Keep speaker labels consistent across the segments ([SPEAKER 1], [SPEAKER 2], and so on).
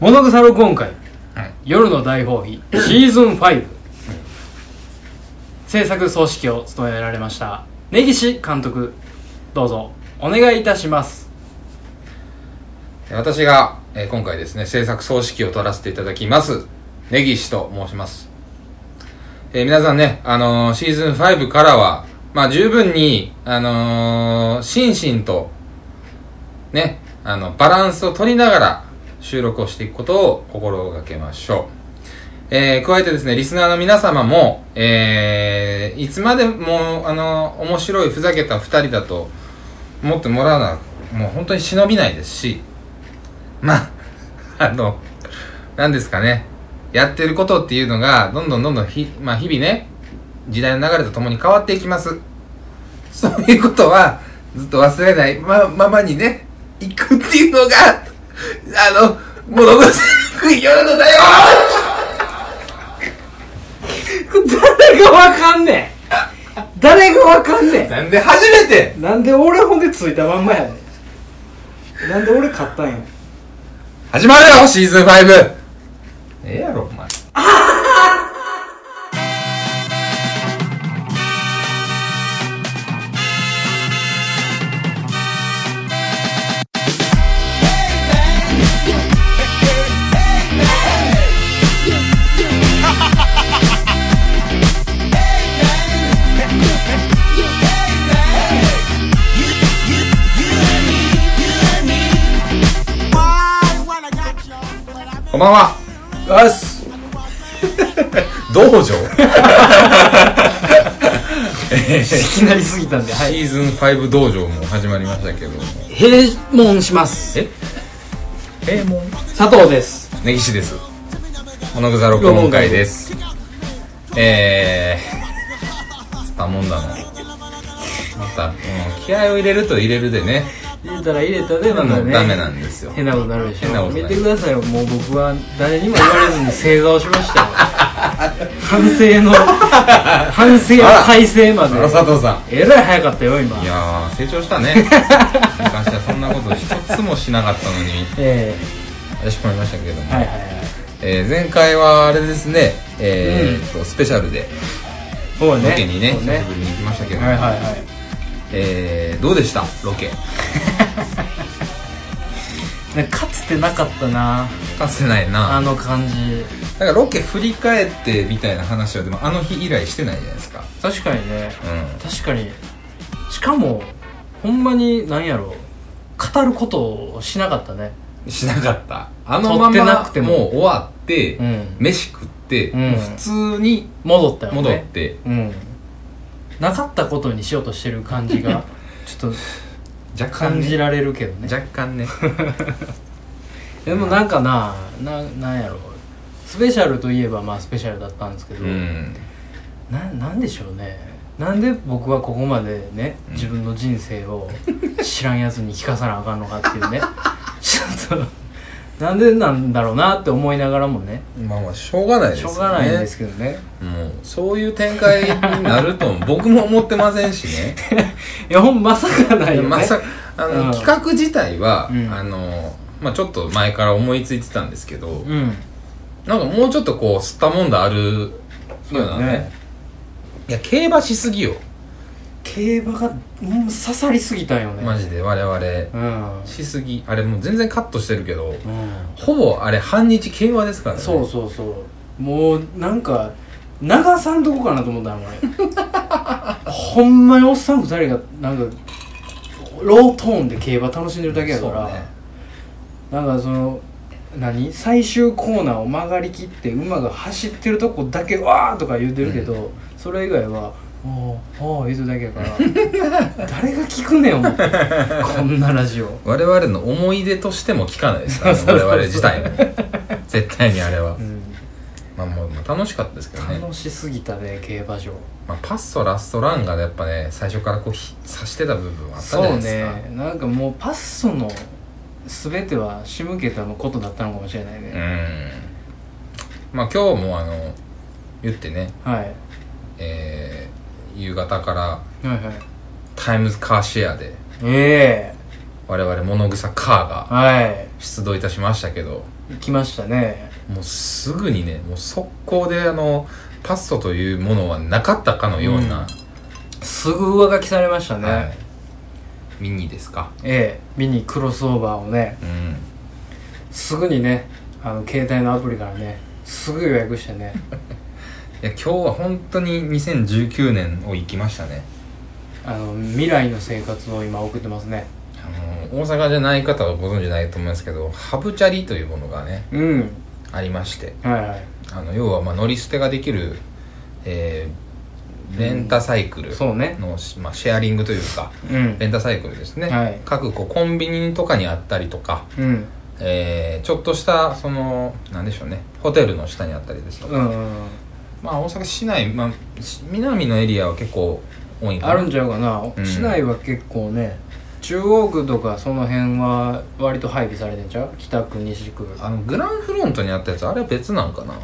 [SPEAKER 1] モノグサ録音会、
[SPEAKER 2] はい
[SPEAKER 1] 夜の大放棄シーズン5制作総指揮を務められました根岸監督どうぞお願いいたします
[SPEAKER 2] えー私が、えー今回ですね制作総指揮を取らせていただきます根岸と申します、えー皆さんね、あのーシーズン5からは、まあ、十分に、あのー心身とねあのバランスを取りながら収録をしていくことを心がけましょう、えー加えてですねリスナーの皆様も、えーいつまでもあのー面白いふざけた2人だと思ってもらうのはもう本当に忍びないですしまあ、 あの、なんですかね。やってることっていうのが、どんどんどんどんひ、まあ日々ね、時代の流れとともに変わっていきます。そういうことは、ずっと忘れないま、ままにね、行くっていうのが、あの、物腰低い夜のだよ
[SPEAKER 1] 誰がわかんねん誰がわかんね
[SPEAKER 2] なんで初めて
[SPEAKER 1] んなんで俺ほんでついたまんまやねんなんで俺勝ったんや
[SPEAKER 2] 始まるよ、シーズン 5! ええやろ、お前。こんばんは。
[SPEAKER 1] よし
[SPEAKER 2] 道場えー
[SPEAKER 1] いきなりすぎたんではい
[SPEAKER 2] シーズン5道場も始まりましたけども
[SPEAKER 1] 閉門します
[SPEAKER 2] えもう
[SPEAKER 1] 佐藤です
[SPEAKER 2] 根岸です物草録音会ですえースタモンダのまた、うん気合を入れると入れるでね
[SPEAKER 1] 入れたら入れたで
[SPEAKER 2] ダ
[SPEAKER 1] なん
[SPEAKER 2] メ
[SPEAKER 1] かね
[SPEAKER 2] なんですよ
[SPEAKER 1] 変なことになるでし
[SPEAKER 2] 変な
[SPEAKER 1] ょ
[SPEAKER 2] こと
[SPEAKER 1] 見
[SPEAKER 2] にな
[SPEAKER 1] て
[SPEAKER 2] る
[SPEAKER 1] くださいよもう僕は誰にも言われずに正座をしました よ反省の反省の改正まで
[SPEAKER 2] あら佐藤さ
[SPEAKER 1] えらい早かったよ今
[SPEAKER 2] んいやー成長したねに関してはそんなこと一つもしなかったのに
[SPEAKER 1] え
[SPEAKER 2] 私もいましたけども
[SPEAKER 1] え、はいはいはい
[SPEAKER 2] えー前回はあれですねえーっと、スペシャルで
[SPEAKER 1] そう
[SPEAKER 2] ロ
[SPEAKER 1] ね
[SPEAKER 2] ケにね
[SPEAKER 1] そうね
[SPEAKER 2] 久しぶりに行きましたけど、
[SPEAKER 1] はいはいはい
[SPEAKER 2] えーどうでしたロケ
[SPEAKER 1] なんかかつてなかったな
[SPEAKER 2] かつてないな
[SPEAKER 1] あの感じ
[SPEAKER 2] なんかロケ振り返ってみたいな話はでもあの日以来してないじゃないですか
[SPEAKER 1] 確かにね
[SPEAKER 2] う
[SPEAKER 1] 確かにしかもほんまになんやろ語ることをしなかったね
[SPEAKER 2] んしなかったあのま
[SPEAKER 1] 撮ってな
[SPEAKER 2] ま
[SPEAKER 1] くても
[SPEAKER 2] もう終わって、
[SPEAKER 1] うん
[SPEAKER 2] 飯食って、
[SPEAKER 1] うん
[SPEAKER 2] もう普通に
[SPEAKER 1] 戻ったよね
[SPEAKER 2] 戻って、
[SPEAKER 1] うんなかったことにしようとしてる感じ がちょっと
[SPEAKER 2] 若干、
[SPEAKER 1] 感じ
[SPEAKER 2] ね、
[SPEAKER 1] られるけどね
[SPEAKER 2] 若干ね
[SPEAKER 1] でもなんかなななんやろスペシャルといえばまあスペシャルだったんですけ
[SPEAKER 2] う
[SPEAKER 1] ど、
[SPEAKER 2] ん
[SPEAKER 1] ななんでしょうねなんで僕はここまでね
[SPEAKER 2] うん
[SPEAKER 1] 自分の人生 を知らんやつに聞かさなあかんのかっていうねちょっとなんでなんだろうなって思いながらもね
[SPEAKER 2] まあまあしょうがないです
[SPEAKER 1] し
[SPEAKER 2] よ
[SPEAKER 1] ょ
[SPEAKER 2] ね
[SPEAKER 1] うがないんですけどね
[SPEAKER 2] もうそういう展開になると 僕も思ってませんしね
[SPEAKER 1] いやほんまさかないよね
[SPEAKER 2] まさあの、
[SPEAKER 1] うん
[SPEAKER 2] 企画自体は、
[SPEAKER 1] うん
[SPEAKER 2] あのまあちょっと前から思いついてたんですけど、
[SPEAKER 1] うん
[SPEAKER 2] なんかもうちょっとこう吸ったもんだあるような
[SPEAKER 1] そうだ
[SPEAKER 2] ね
[SPEAKER 1] ね
[SPEAKER 2] いや競馬しすぎよ
[SPEAKER 1] 競馬がもう刺さりすぎたよね
[SPEAKER 2] マジで我々
[SPEAKER 1] うん
[SPEAKER 2] しすぎあれもう全然カットしてるけど
[SPEAKER 1] うん
[SPEAKER 2] ほぼあれ半日競馬ですからね
[SPEAKER 1] そうそうそうもうなんか長さんとこかなと思ったの俺 ほんまにおっさん2人がなんかロートーンで競馬楽しんでるだけやから、
[SPEAKER 2] そうね
[SPEAKER 1] なんかその何最終コーナーを曲がりきって馬が走ってるとこだけ「わー!」とか言ってるけど、それ以外は「おーおー」言うてるだけやから 誰が聞くねん思ってこんなラジオ
[SPEAKER 2] 我々の思い出としても聞かないですからね
[SPEAKER 1] そうそうそ
[SPEAKER 2] 我
[SPEAKER 1] う
[SPEAKER 2] 々自体も 絶対にあれは
[SPEAKER 1] うん
[SPEAKER 2] まあもう楽しかったですけどね
[SPEAKER 1] 楽しすぎたね競馬場
[SPEAKER 2] まあパッソラストランがやっぱね最初からこうひ刺してた部分はあった
[SPEAKER 1] そ
[SPEAKER 2] じゃな
[SPEAKER 1] う
[SPEAKER 2] いですか
[SPEAKER 1] ねなんかもうパッソの全ては仕向けたのことだったのかもしれないね、
[SPEAKER 2] うんまあ今日もあの言ってね
[SPEAKER 1] はい、
[SPEAKER 2] えー夕方から
[SPEAKER 1] はいはい
[SPEAKER 2] タイムズカーシェアで
[SPEAKER 1] ええ
[SPEAKER 2] 我々物草カーが
[SPEAKER 1] は
[SPEAKER 2] 出動いたしましたけど
[SPEAKER 1] い行きましたね
[SPEAKER 2] もうすぐにねもう速攻であのパストというものはなかったかのような、
[SPEAKER 1] すぐ上書きされましたね、
[SPEAKER 2] はい、ミニですか
[SPEAKER 1] ええミニクロスオーバーをね
[SPEAKER 2] うん
[SPEAKER 1] すぐにねあの携帯のアプリからねすぐ予約して ね
[SPEAKER 2] いや今日は本当に2019年を生きましたね
[SPEAKER 1] あの未来の生活を今送ってますね
[SPEAKER 2] あの大阪じゃない方はご存知ないと思いますけどハブチャリというものがね
[SPEAKER 1] うん
[SPEAKER 2] ありまして
[SPEAKER 1] はいはい
[SPEAKER 2] あの要はまあ乗り捨てができる、えーレンタサイクル
[SPEAKER 1] そうね
[SPEAKER 2] の、まあ、シェアリングというか
[SPEAKER 1] うん
[SPEAKER 2] レンタサイクルですね、
[SPEAKER 1] はい
[SPEAKER 2] 各こうコンビニとかにあったりとか、
[SPEAKER 1] うん
[SPEAKER 2] えーちょっとしたそのなんでしょうねホテルの下にあったりですとか、
[SPEAKER 1] うんうんうん
[SPEAKER 2] まあ大阪市内、まあ、し南のエリアは結構多いんかな
[SPEAKER 1] あるんちゃうかな、
[SPEAKER 2] うん
[SPEAKER 1] 市内は結構ね中央区とかその辺は割と配備されてんちゃう北区西区
[SPEAKER 2] あのグランフロントにあったやつあれは別なんかな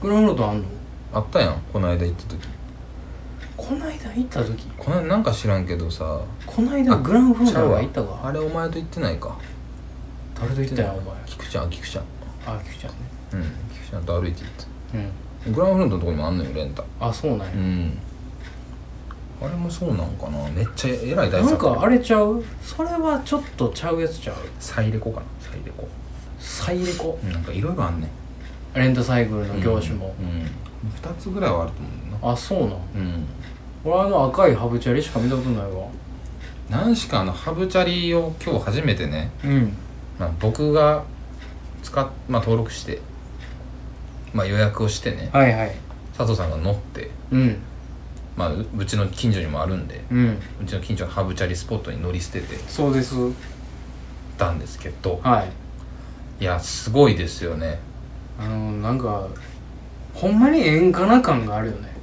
[SPEAKER 1] グランロードあんの
[SPEAKER 2] あったやんこの間行った時
[SPEAKER 1] こないだ行った時
[SPEAKER 2] この間なんか知らんけどさ
[SPEAKER 1] こないだグランフロー
[SPEAKER 2] ちゃ
[SPEAKER 1] ド
[SPEAKER 2] う
[SPEAKER 1] が
[SPEAKER 2] わ
[SPEAKER 1] 行ったか
[SPEAKER 2] あれお前と行ってないか
[SPEAKER 1] 誰と行ったんやお前
[SPEAKER 2] 菊ちゃん菊ちゃん
[SPEAKER 1] あきくちゃんね
[SPEAKER 2] うん菊ちゃんと歩いて行っ
[SPEAKER 1] うん
[SPEAKER 2] たグランフロントのとこにもあんのよレンタ
[SPEAKER 1] あそうなんや、
[SPEAKER 2] うんあれもそうなんかなめっちゃえらい大
[SPEAKER 1] なん
[SPEAKER 2] 作
[SPEAKER 1] かあれちゃうそれはちょっとちゃうやつちゃう
[SPEAKER 2] サイレコかなサイレコ
[SPEAKER 1] 再レコ
[SPEAKER 2] うんなんかいろいろあんねん
[SPEAKER 1] レンタサイクルの業種も、
[SPEAKER 2] うん2つぐらいはあると思うんだよ
[SPEAKER 1] あそうなん
[SPEAKER 2] なうん
[SPEAKER 1] 俺あの赤いハブチャリしか見たことないわ
[SPEAKER 2] 何しかあのハブチャリを今日初めてね
[SPEAKER 1] うん
[SPEAKER 2] まあ、僕が使っ、まあ、登録して、まあ、予約をしてね
[SPEAKER 1] はいはい
[SPEAKER 2] 佐藤さんが乗って、
[SPEAKER 1] うん
[SPEAKER 2] まあ、ううちの近所にもあるんで
[SPEAKER 1] うん
[SPEAKER 2] うちの近所のハブチャリスポットに乗り捨てて
[SPEAKER 1] そうです
[SPEAKER 2] たんですけど
[SPEAKER 1] はい
[SPEAKER 2] いやすごいですよね
[SPEAKER 1] あのなんかほんまにええんかな感があるよね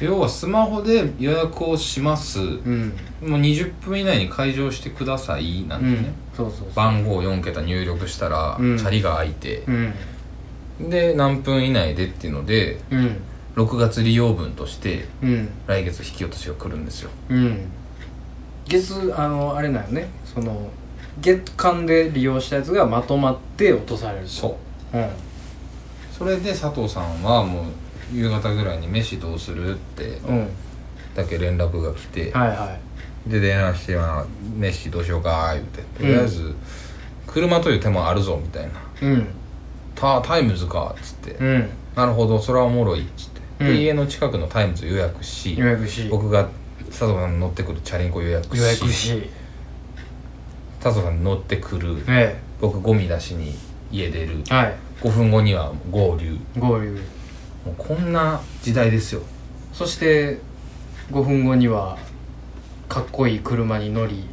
[SPEAKER 2] 要はスマホで予約をしますも
[SPEAKER 1] うん
[SPEAKER 2] う20分以内に開場してくださいなん
[SPEAKER 1] う
[SPEAKER 2] て
[SPEAKER 1] ん
[SPEAKER 2] ね、
[SPEAKER 1] そうそうそう
[SPEAKER 2] 番号4桁入力したら、
[SPEAKER 1] うん
[SPEAKER 2] チャリが開いて
[SPEAKER 1] う、ん
[SPEAKER 2] で何分以内でっていうので
[SPEAKER 1] うん
[SPEAKER 2] 6月利用分として
[SPEAKER 1] うん
[SPEAKER 2] 来月引き落としが来るんですよ
[SPEAKER 1] うん月あのあれなのねその月間で利用したやつがまとまって落とされる
[SPEAKER 2] そう
[SPEAKER 1] ううん
[SPEAKER 2] それで佐藤さんはもう夕方ぐらいに「飯どうする?」って
[SPEAKER 1] うん
[SPEAKER 2] だけ連絡が来て、
[SPEAKER 1] はいはい
[SPEAKER 2] で電話して「まあ飯どうしようか」言うて
[SPEAKER 1] う
[SPEAKER 2] と
[SPEAKER 1] ん
[SPEAKER 2] りあえず車という手もあるぞみたいな
[SPEAKER 1] うん
[SPEAKER 2] 「タタイムズか」っつって
[SPEAKER 1] う、ん
[SPEAKER 2] なるほどそれはおもろい」っつって、で
[SPEAKER 1] うん
[SPEAKER 2] 家の近くのタイムズ予約し
[SPEAKER 1] 予約し
[SPEAKER 2] 僕が佐藤さんに乗ってくるチャリンコ予約し
[SPEAKER 1] 予約し
[SPEAKER 2] 佐藤さんに乗ってくる
[SPEAKER 1] え
[SPEAKER 2] 僕ゴミ出しに家出る
[SPEAKER 1] えはい
[SPEAKER 2] 5分後には合流
[SPEAKER 1] 合流
[SPEAKER 2] もうこんな時代ですよ
[SPEAKER 1] そして5分後にはかっこいい車に乗り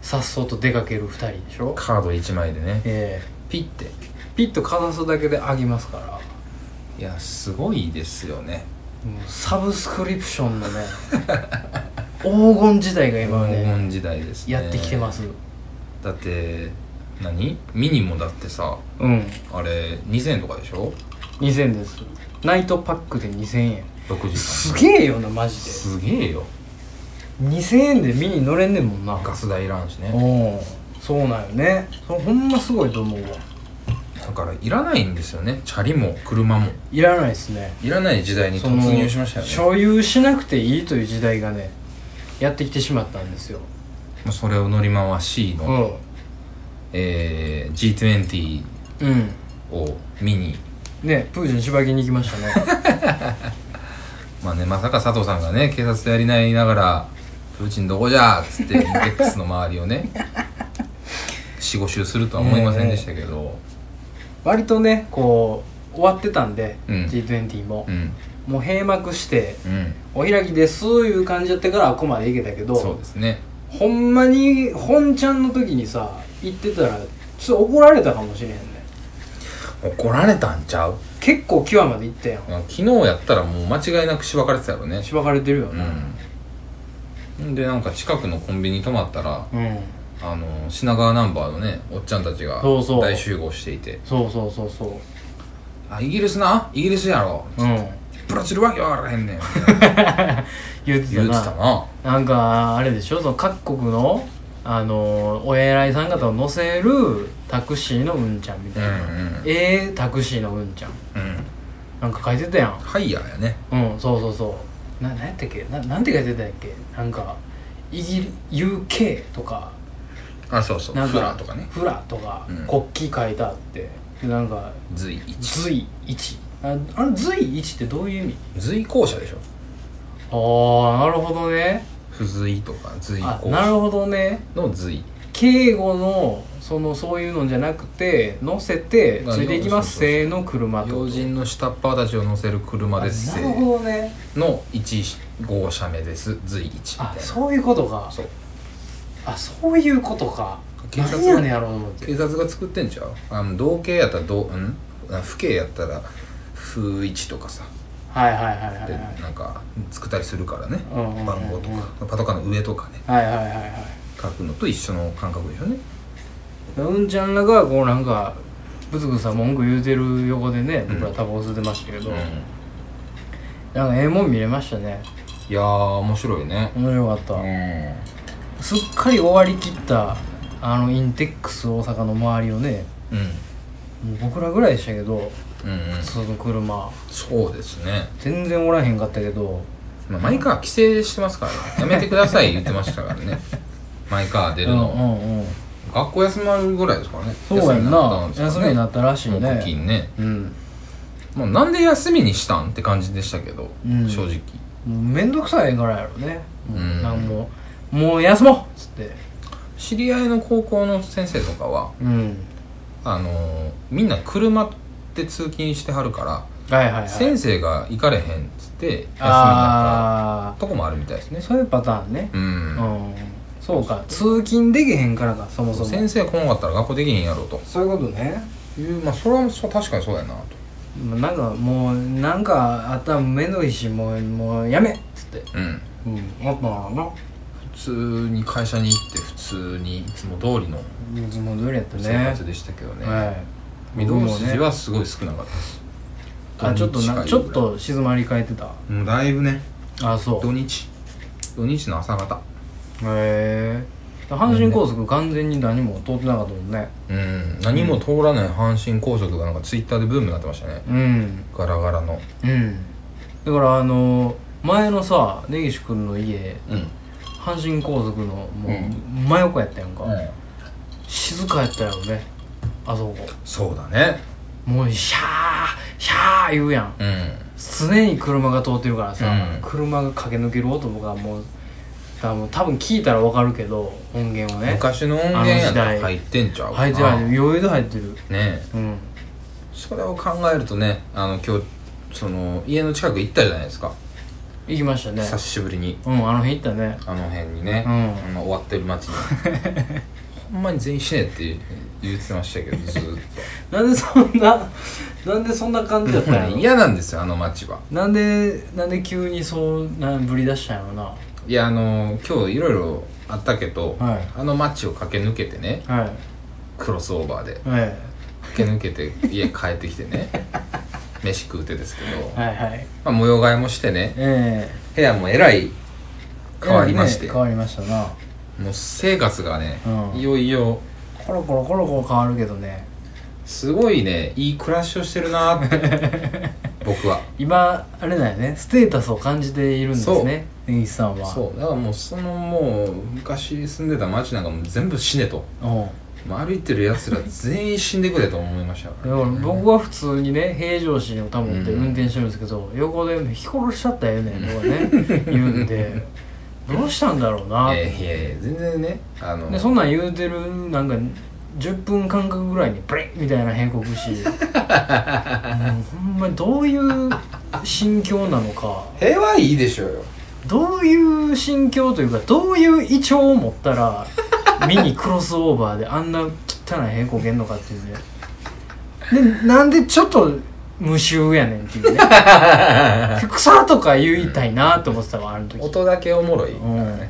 [SPEAKER 1] さっそうと出かける2人でしょ
[SPEAKER 2] カード1枚でね
[SPEAKER 1] ええ
[SPEAKER 2] ピッて
[SPEAKER 1] ピッとかざすだけであげますから
[SPEAKER 2] いやすごいですよね
[SPEAKER 1] もうサブスクリプションの ね黄金時代が
[SPEAKER 2] 黄
[SPEAKER 1] 今ね
[SPEAKER 2] 金時代ですね
[SPEAKER 1] やってきてます
[SPEAKER 2] だって何ミニもだってさ
[SPEAKER 1] うん
[SPEAKER 2] あれ2000円とかでしょ
[SPEAKER 1] 2000ですナイトパックで2000円
[SPEAKER 2] 6時
[SPEAKER 1] す
[SPEAKER 2] 間
[SPEAKER 1] げえよなマジです
[SPEAKER 2] げえよ
[SPEAKER 1] 2000円で見に乗れんねんもんな
[SPEAKER 2] ガス代いらんしね
[SPEAKER 1] おおそうなんよねそれほんますごいと思うわ
[SPEAKER 2] だからいらないんですよねチャリも車も
[SPEAKER 1] いらないですね
[SPEAKER 2] いらない時代に
[SPEAKER 1] そ
[SPEAKER 2] 突
[SPEAKER 1] の
[SPEAKER 2] 入しましたよね
[SPEAKER 1] 所有しなくていいという時代がねやってきてしまったんですよ
[SPEAKER 2] もうそれを乗り回し
[SPEAKER 1] う
[SPEAKER 2] の、
[SPEAKER 1] ん
[SPEAKER 2] えー、G20
[SPEAKER 1] うん
[SPEAKER 2] をミニ
[SPEAKER 1] ねプーチンしばきに行きま したね
[SPEAKER 2] まあねまさか佐藤さんがね警察やりないながら「プーチンどこじゃ!」っつってインテックスの周りを ね45周するとは思いませんでしたけど、
[SPEAKER 1] 割とねこう終わってたんで、
[SPEAKER 2] うん
[SPEAKER 1] G20 も
[SPEAKER 2] う、ん
[SPEAKER 1] もう閉幕して
[SPEAKER 2] うん
[SPEAKER 1] お開きですいう感じやったからあここまで行けたけど
[SPEAKER 2] そうですね
[SPEAKER 1] ほんまに本ちゃんの時にさ行ってたらちょっと怒られたかもしれへんね
[SPEAKER 2] 怒られたんちゃう
[SPEAKER 1] 結構際まで行ったやん
[SPEAKER 2] 昨日やったらもう間違いなくしばかれてたやろね
[SPEAKER 1] しばかれてるよ
[SPEAKER 2] う
[SPEAKER 1] な、
[SPEAKER 2] んでなんか近くのコンビニ泊まったら
[SPEAKER 1] うん
[SPEAKER 2] あの品川ナンバーのねおっちゃんたちが
[SPEAKER 1] そうそう
[SPEAKER 2] 大集合していて
[SPEAKER 1] そうそうそうそ
[SPEAKER 2] あイギリスなイギリスやろ
[SPEAKER 1] う うん
[SPEAKER 2] ブラジルわけわからへんねん
[SPEAKER 1] 言って
[SPEAKER 2] 言
[SPEAKER 1] た
[SPEAKER 2] うて
[SPEAKER 1] な
[SPEAKER 2] たな
[SPEAKER 1] なんかあれでしょその各国のあのお偉いさん方を乗せるタクシーのうんちゃんみたいな、
[SPEAKER 2] うんうん
[SPEAKER 1] ええタクシーのうんちゃん
[SPEAKER 2] うん
[SPEAKER 1] なんか書いてたやん
[SPEAKER 2] ハイヤーやね
[SPEAKER 1] うんそうそうそうななんやったっけななんて書いてたんやっけなんかイギリ UK とか
[SPEAKER 2] あそうそう
[SPEAKER 1] なん
[SPEAKER 2] フラとかね
[SPEAKER 1] フラとか、
[SPEAKER 2] うん
[SPEAKER 1] 国旗書いてあってでなんか
[SPEAKER 2] 随一
[SPEAKER 1] 随一ああの随一ってどういう意味
[SPEAKER 2] 随校舎でしょ
[SPEAKER 1] ああなるほどね
[SPEAKER 2] 不随とか随
[SPEAKER 1] あ
[SPEAKER 2] 校
[SPEAKER 1] なる
[SPEAKER 2] 舎
[SPEAKER 1] ほどね
[SPEAKER 2] の随
[SPEAKER 1] 敬語のそのそういうのじゃなくて乗せて
[SPEAKER 2] まあ
[SPEAKER 1] ついていきます
[SPEAKER 2] そうそうそう
[SPEAKER 1] せーの車と
[SPEAKER 2] 要人の下っ端たちを乗せる車です
[SPEAKER 1] あなるほどね
[SPEAKER 2] の1号車目です随一みたい
[SPEAKER 1] あ
[SPEAKER 2] な
[SPEAKER 1] そういうことか
[SPEAKER 2] そう
[SPEAKER 1] あそういうことか
[SPEAKER 2] 警察
[SPEAKER 1] 何やねんやろうと思って
[SPEAKER 2] 警察が作ってんちゃうあの道警やったらどうんあ府警やったら府一とかさ
[SPEAKER 1] はいはいはいはいはい
[SPEAKER 2] でなんか作ったりするからね
[SPEAKER 1] うんうんうんうん
[SPEAKER 2] 番号とかパトカーの上とかね
[SPEAKER 1] はいはいはいはい
[SPEAKER 2] 書くのと一緒の感覚でしょね
[SPEAKER 1] うんちゃんらがこうなんかブツブツさ文句言うてる横でね僕らタバコ吸ってましたけど、なんかええもん見れましたね
[SPEAKER 2] いやー面白いね
[SPEAKER 1] 面白かった、
[SPEAKER 2] う
[SPEAKER 1] すっかり終わりきったあのインテックス大阪の周りをね
[SPEAKER 2] ん
[SPEAKER 1] もう僕らぐらいでしたけど
[SPEAKER 2] うんうんうん
[SPEAKER 1] 普通の車
[SPEAKER 2] そうですね、
[SPEAKER 1] 全然おらへんかったけど
[SPEAKER 2] まあ、マイカー規制してますからねやめてください言ってましたか らねマイカー出
[SPEAKER 1] う
[SPEAKER 2] る
[SPEAKER 1] んう
[SPEAKER 2] の、
[SPEAKER 1] んうん
[SPEAKER 2] 学校休まるぐらいですからね
[SPEAKER 1] そうやんな
[SPEAKER 2] 休
[SPEAKER 1] 休
[SPEAKER 2] み
[SPEAKER 1] み
[SPEAKER 2] に
[SPEAKER 1] に
[SPEAKER 2] な
[SPEAKER 1] な
[SPEAKER 2] っ
[SPEAKER 1] ったた
[SPEAKER 2] んで
[SPEAKER 1] ら
[SPEAKER 2] す
[SPEAKER 1] し
[SPEAKER 2] か
[SPEAKER 1] い
[SPEAKER 2] ね木
[SPEAKER 1] ね
[SPEAKER 2] 金ね
[SPEAKER 1] うん
[SPEAKER 2] もうなんで休みにしたんって感じでしたけど、
[SPEAKER 1] うん
[SPEAKER 2] 正直
[SPEAKER 1] もう面倒くさいからやろねもう
[SPEAKER 2] うん
[SPEAKER 1] なんももう休もうっつって
[SPEAKER 2] 知り合いの高校の先生とかは
[SPEAKER 1] うん
[SPEAKER 2] あのーみんな車で通勤してはるから、
[SPEAKER 1] はいはいはい
[SPEAKER 2] 先生が行かれへんっつって休みになっ
[SPEAKER 1] あ
[SPEAKER 2] たとこもあるみたいです
[SPEAKER 1] あ
[SPEAKER 2] ね
[SPEAKER 1] そういうパターンね
[SPEAKER 2] う、
[SPEAKER 1] うんん、そうか通勤できへんからかそもそも
[SPEAKER 2] 先生来なかったら学校できへんやろと
[SPEAKER 1] そういうことね
[SPEAKER 2] いうまあそれはそう確かにそうやなと
[SPEAKER 1] まあなんかもうなんかあったら面倒いしもうもうやめっつって
[SPEAKER 2] うん
[SPEAKER 1] うんあったな
[SPEAKER 2] 普通に会社に行って普通にいつも通りの
[SPEAKER 1] いつも通りやったね
[SPEAKER 2] 生活でしたけどね
[SPEAKER 1] はい
[SPEAKER 2] 御堂筋
[SPEAKER 1] 僕もね
[SPEAKER 2] はすごい少なかったです
[SPEAKER 1] あちょっとな
[SPEAKER 2] 土日
[SPEAKER 1] ちょっと静まり返ってた
[SPEAKER 2] もうだいぶね
[SPEAKER 1] あそ
[SPEAKER 2] 土
[SPEAKER 1] うへ
[SPEAKER 2] 日土日の朝方
[SPEAKER 1] え阪神高速完全に何も通ってなかったもんね
[SPEAKER 2] うん何も通らない阪神高速がなんかツイッターでブームになってましたね
[SPEAKER 1] うん
[SPEAKER 2] ガラガラの
[SPEAKER 1] うんだからあの前のさ根岸君の家
[SPEAKER 2] うん
[SPEAKER 1] 阪神高速のも
[SPEAKER 2] うん
[SPEAKER 1] う真横やったやんか、静かやったやろねあそこ
[SPEAKER 2] そうだね
[SPEAKER 1] もうシャーシャー言うやん
[SPEAKER 2] うん
[SPEAKER 1] 常に車が通ってるからさ、
[SPEAKER 2] うん
[SPEAKER 1] 車が駆け抜ける音とかもう多分多分聞いたらわかるけど音源をね
[SPEAKER 2] 昔の音源やった
[SPEAKER 1] あの
[SPEAKER 2] ら
[SPEAKER 1] 時代
[SPEAKER 2] 入ってんちゃうかな
[SPEAKER 1] 入ってる入ってる余裕で入ってる
[SPEAKER 2] ねえ
[SPEAKER 1] うん
[SPEAKER 2] それを考えるとねあの今日その家の近く行ったじゃないですか
[SPEAKER 1] 行きましたね
[SPEAKER 2] 久しぶりに
[SPEAKER 1] うんあの日行ったね
[SPEAKER 2] あの辺にね、
[SPEAKER 1] うん
[SPEAKER 2] あの終わってる街 にほんまに全員死ねって言ってましたけどず ーっ
[SPEAKER 1] なんでそんななんでそんな感じだったんや
[SPEAKER 2] と
[SPEAKER 1] ろ
[SPEAKER 2] 嫌なんですよあの街は
[SPEAKER 1] なんでなんで急にそうなんぶり出したんやろない
[SPEAKER 2] やあの今日いろいろあったけど、
[SPEAKER 1] はい
[SPEAKER 2] あの街を駆け抜けてね
[SPEAKER 1] はい
[SPEAKER 2] クロスオーバーで
[SPEAKER 1] はい
[SPEAKER 2] 駆け抜けて家帰ってきて ね飯食うてですけど、
[SPEAKER 1] はいはい
[SPEAKER 2] まあ、模様替えもしてね
[SPEAKER 1] え
[SPEAKER 2] 部屋もえらい
[SPEAKER 1] え
[SPEAKER 2] 変わりまして、
[SPEAKER 1] ね変わりましたな
[SPEAKER 2] もう生活がね、
[SPEAKER 1] うん
[SPEAKER 2] いよいよ
[SPEAKER 1] コロコロコロコロ変わるけどね
[SPEAKER 2] すごいねいい暮らしをしてるなーって 僕は
[SPEAKER 1] 今あれだよねステータスを感じているんですね根岸さんは
[SPEAKER 2] そうだからもうそのもう昔住んでた町なんかもう全部死ねと
[SPEAKER 1] うん
[SPEAKER 2] もう歩いてるやつら全員死んでくれと思いましたか
[SPEAKER 1] で
[SPEAKER 2] ら
[SPEAKER 1] も僕は普通にね平常心を保って
[SPEAKER 2] うん
[SPEAKER 1] 運転してるんですけど、横で「引き殺しちゃったらええねん」とかね言うんでどうしたんだろうな、
[SPEAKER 2] いやいやいや全然ねあの
[SPEAKER 1] でそんなん言うてるなんか10分間隔ぐらいにブリッみたいな変告 しもうほんまにどういう心境なのか
[SPEAKER 2] 平和いいでしょうよ
[SPEAKER 1] どういう心境というかどういう胃腸を持ったら ミニクロスオーバーであんな汚い変更けんのかっていうねでなんでちょっと無臭やねんって いうね草とか言いたいなと思ってたわあの時、
[SPEAKER 2] 音だけおもろい、
[SPEAKER 1] うん、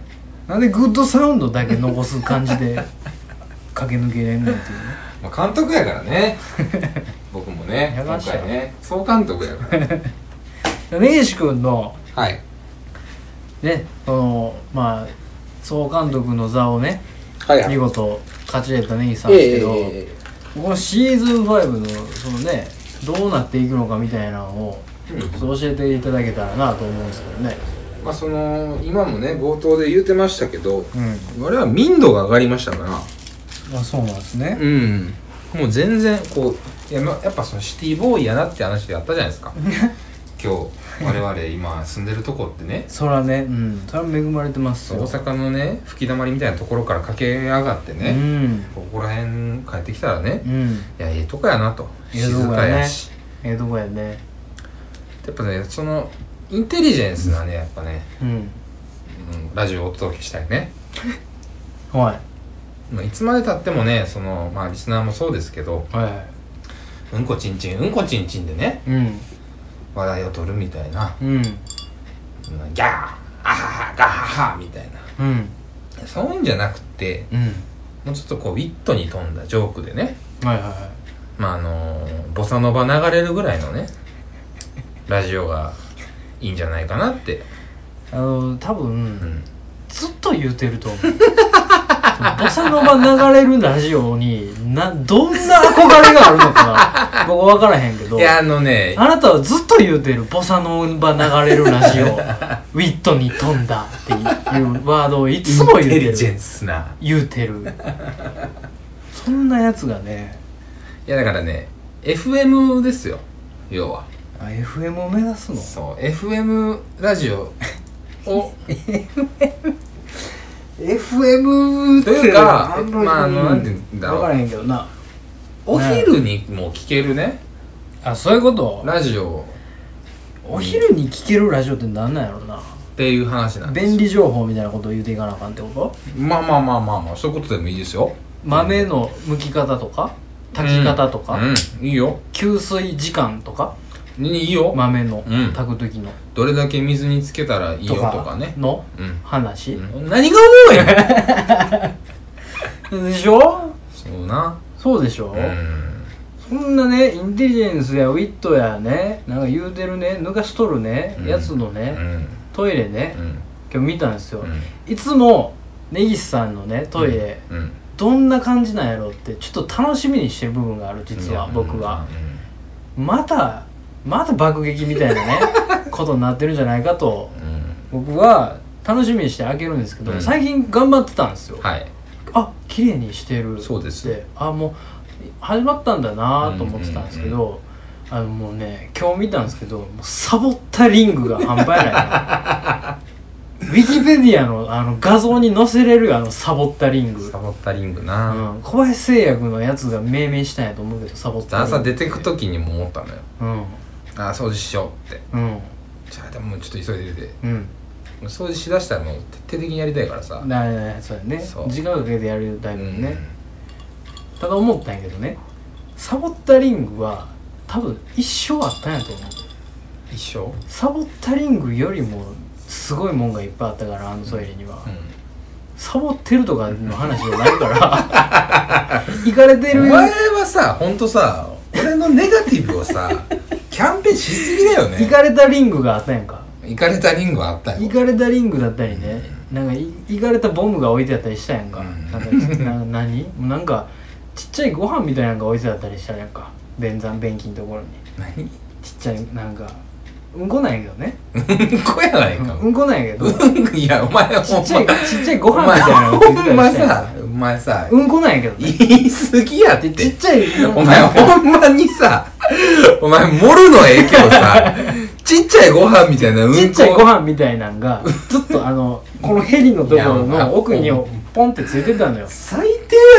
[SPEAKER 1] なんでグッドサウンドだけ残す感じで駆け抜けれんねんっていうね
[SPEAKER 2] まあ、監督やからね僕もね
[SPEAKER 1] やば
[SPEAKER 2] 今
[SPEAKER 1] っしょ
[SPEAKER 2] 回ね総監督やから
[SPEAKER 1] 根岸君の
[SPEAKER 2] はい
[SPEAKER 1] ねそのまあ総監督の座をね
[SPEAKER 2] はいはい
[SPEAKER 1] 見事勝ち得たネギさん
[SPEAKER 2] ええ
[SPEAKER 1] ですけど、
[SPEAKER 2] ええええ
[SPEAKER 1] このシーズン5のそのねどうなっていくのかみたいなのを
[SPEAKER 2] うん
[SPEAKER 1] ちょっと教えていただけたらなと思うんですけどね
[SPEAKER 2] まあその今もね冒頭で言うてましたけど
[SPEAKER 1] う
[SPEAKER 2] 我々は民度が上がりましたから
[SPEAKER 1] んあそうなんですね
[SPEAKER 2] うんもう全然こういやまやっぱそのシティボーイやなって話であったじゃないで すか今日我々今住んでるとこってね
[SPEAKER 1] そらねうんそら恵まれてます
[SPEAKER 2] 大
[SPEAKER 1] よ
[SPEAKER 2] 阪のね吹き溜まりみたいなところから駆け上がってね、ここら辺帰ってきたらね
[SPEAKER 1] うんうん
[SPEAKER 2] いやええとこやなと
[SPEAKER 1] ええと
[SPEAKER 2] 静
[SPEAKER 1] こやね
[SPEAKER 2] かやし
[SPEAKER 1] ええとこやね
[SPEAKER 2] やっぱねそのインテリジェンスなねやっぱね、
[SPEAKER 1] うん
[SPEAKER 2] うん、ラジオをお届けしたいね
[SPEAKER 1] は
[SPEAKER 2] まあいつまでたってもねそのまあリスナーもそうですけど
[SPEAKER 1] いは
[SPEAKER 2] うんこちんちんうんこちんちんでね
[SPEAKER 1] いうん
[SPEAKER 2] 話題を取るみたいな
[SPEAKER 1] うん
[SPEAKER 2] うんギャーあははガハハみたいな
[SPEAKER 1] うん
[SPEAKER 2] そういうんじゃなくて
[SPEAKER 1] うん
[SPEAKER 2] もうちょっとこうウィットに富んだジョークでね
[SPEAKER 1] はいはいは
[SPEAKER 2] まああのーボサノバ流れるぐらいのねラジオがいいんじゃないかなって、
[SPEAKER 1] いあの多分、
[SPEAKER 2] うん、
[SPEAKER 1] ずっと言うてると思うボサノバ流れるラジオになどんな憧れがあるのかな僕分からへんけど
[SPEAKER 2] いやあのね
[SPEAKER 1] あなたはずっと言うてるボサノバ流れるラ ジオウィットに富んだっていうワードをいつも言う
[SPEAKER 2] インテ
[SPEAKER 1] て
[SPEAKER 2] リジェ
[SPEAKER 1] る
[SPEAKER 2] ンスな
[SPEAKER 1] 言うてるそんなやつがね
[SPEAKER 2] いやだからね FM ですよ要は
[SPEAKER 1] あ FM を目指すの
[SPEAKER 2] そう FM ラジオを
[SPEAKER 1] FM
[SPEAKER 2] というかまああのなんて言うんだろう
[SPEAKER 1] 分からへんけどな
[SPEAKER 2] お昼にも聞けるね
[SPEAKER 1] あそういうこと
[SPEAKER 2] ラジオ
[SPEAKER 1] お昼に聞けるラジオってなんなんやろな
[SPEAKER 2] っていう話なんです
[SPEAKER 1] 便利情報みたいなことを言うていかなあかんってこと
[SPEAKER 2] まあまあまあまあまあそういうことでもいいですよ
[SPEAKER 1] 豆の剥き方とか炊き方とか、
[SPEAKER 2] うん、うんいいよ
[SPEAKER 1] 給水時間とか
[SPEAKER 2] いいよ、
[SPEAKER 1] 豆の
[SPEAKER 2] うん
[SPEAKER 1] 炊く時の
[SPEAKER 2] どれだけ水につけたらいいよ
[SPEAKER 1] と
[SPEAKER 2] と
[SPEAKER 1] か
[SPEAKER 2] かね
[SPEAKER 1] の
[SPEAKER 2] うん
[SPEAKER 1] 話、
[SPEAKER 2] 何が重いんや
[SPEAKER 1] でしょ
[SPEAKER 2] そうな
[SPEAKER 1] そうでしょ、
[SPEAKER 2] うん
[SPEAKER 1] そんなねインテリジェンスやウィットやねなんか言うてるね抜かしとるね、
[SPEAKER 2] うん
[SPEAKER 1] やつの
[SPEAKER 2] う
[SPEAKER 1] ね、
[SPEAKER 2] ん
[SPEAKER 1] トイレね、
[SPEAKER 2] うん
[SPEAKER 1] 今日見たんですよ、
[SPEAKER 2] うん
[SPEAKER 1] いつも根岸さんのねトイレ、
[SPEAKER 2] うん
[SPEAKER 1] どんな感じなんやろうってちょっと楽しみにしてる部分がある実は僕は、またまた爆撃みたいな ねことになってるんじゃないかと
[SPEAKER 2] うんうんうん
[SPEAKER 1] 僕は楽しみにして開けるんですけど、
[SPEAKER 2] うん
[SPEAKER 1] 最近頑張ってたんですよ、
[SPEAKER 2] はい
[SPEAKER 1] あ綺麗にしてる
[SPEAKER 2] そうです
[SPEAKER 1] ってあもう始まったんだなと思ってたんですけど、あのもうね今日見たんですけどもうサボったリングが半端や ないウィキペディアのあの画像に載せれるあのサボったリング
[SPEAKER 2] サボったリングな、
[SPEAKER 1] うん、小林製薬のやつが命名したんやと思うけどサボった
[SPEAKER 2] 朝出てく時にも思ったのよ
[SPEAKER 1] うん
[SPEAKER 2] ああ掃除しようって
[SPEAKER 1] うん
[SPEAKER 2] じゃあでもちょっと急いで出て
[SPEAKER 1] うん
[SPEAKER 2] 掃除しだしたらもう徹底的にやりたいからさ、
[SPEAKER 1] だだそうやね
[SPEAKER 2] そう
[SPEAKER 1] 時間かけてやるタイ
[SPEAKER 2] う
[SPEAKER 1] プ
[SPEAKER 2] ん
[SPEAKER 1] ね、ただ思ったんやけどねサボったリングは多分一生あったんやと思う
[SPEAKER 2] 一生
[SPEAKER 1] サボったリングよりもすごいもんがいっぱいあったからあのトイレには、
[SPEAKER 2] う
[SPEAKER 1] サボってるとかの話じゃないから 行かれて
[SPEAKER 2] ん、お
[SPEAKER 1] る
[SPEAKER 2] 前はさほんとさ俺のネガティブをさ キャンペーンしすぎだよ
[SPEAKER 1] 行
[SPEAKER 2] ね
[SPEAKER 1] かれたリングがあったんやんか
[SPEAKER 2] 行かれたリングはあった
[SPEAKER 1] イ
[SPEAKER 2] よ
[SPEAKER 1] かれたリングだったりねなんかいイかれたボムが置いてあったりしたやんか、
[SPEAKER 2] うん
[SPEAKER 1] なんか な何もうなんかちっちゃいご飯みたいなのが置いてあったりしたやんか便座便器のところに
[SPEAKER 2] 何
[SPEAKER 1] ちっちゃいなんかうんこなんやけどね
[SPEAKER 2] うんこやないか、
[SPEAKER 1] うんこなんやけどちっ
[SPEAKER 2] うん、い やお前ほん
[SPEAKER 1] ちゃい
[SPEAKER 2] ま
[SPEAKER 1] ちっちゃいご飯みたいなの置
[SPEAKER 2] お
[SPEAKER 1] いてたり
[SPEAKER 2] 前ほんま
[SPEAKER 1] したやん
[SPEAKER 2] さお前さ、
[SPEAKER 1] うんこなんやけどね
[SPEAKER 2] 言いすぎやって
[SPEAKER 1] ちっちゃい
[SPEAKER 2] お前ほんまにさお前モルの影響 さちっちゃいご飯みたいなうんこ
[SPEAKER 1] ちっちゃいご飯みたいなんがずっとあのこのヘリのところ
[SPEAKER 2] いや
[SPEAKER 1] の奥にポンってついてたのよ
[SPEAKER 2] 最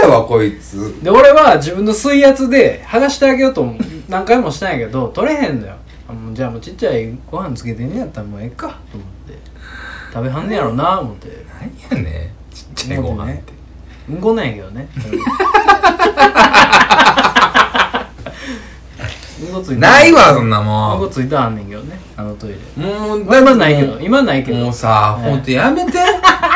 [SPEAKER 2] 低やわこいつ
[SPEAKER 1] で俺は自分の水圧で剥がしてあげようと思う何回もしたんやけど取れへんのよあもうじゃあもうちっちゃいご飯つけてんねやったらもうええかと思って食べはんねやろな思って
[SPEAKER 2] 何やねんちっちゃいご飯って
[SPEAKER 1] うんこなんやけどねうんこついて
[SPEAKER 2] ないわそんな
[SPEAKER 1] うん
[SPEAKER 2] も
[SPEAKER 1] こ
[SPEAKER 2] ん
[SPEAKER 1] ついてあんねんけどねあのトイレ
[SPEAKER 2] もう
[SPEAKER 1] まあ今ないけど今ないけど
[SPEAKER 2] もうさ、
[SPEAKER 1] ね
[SPEAKER 2] ほんとやめて。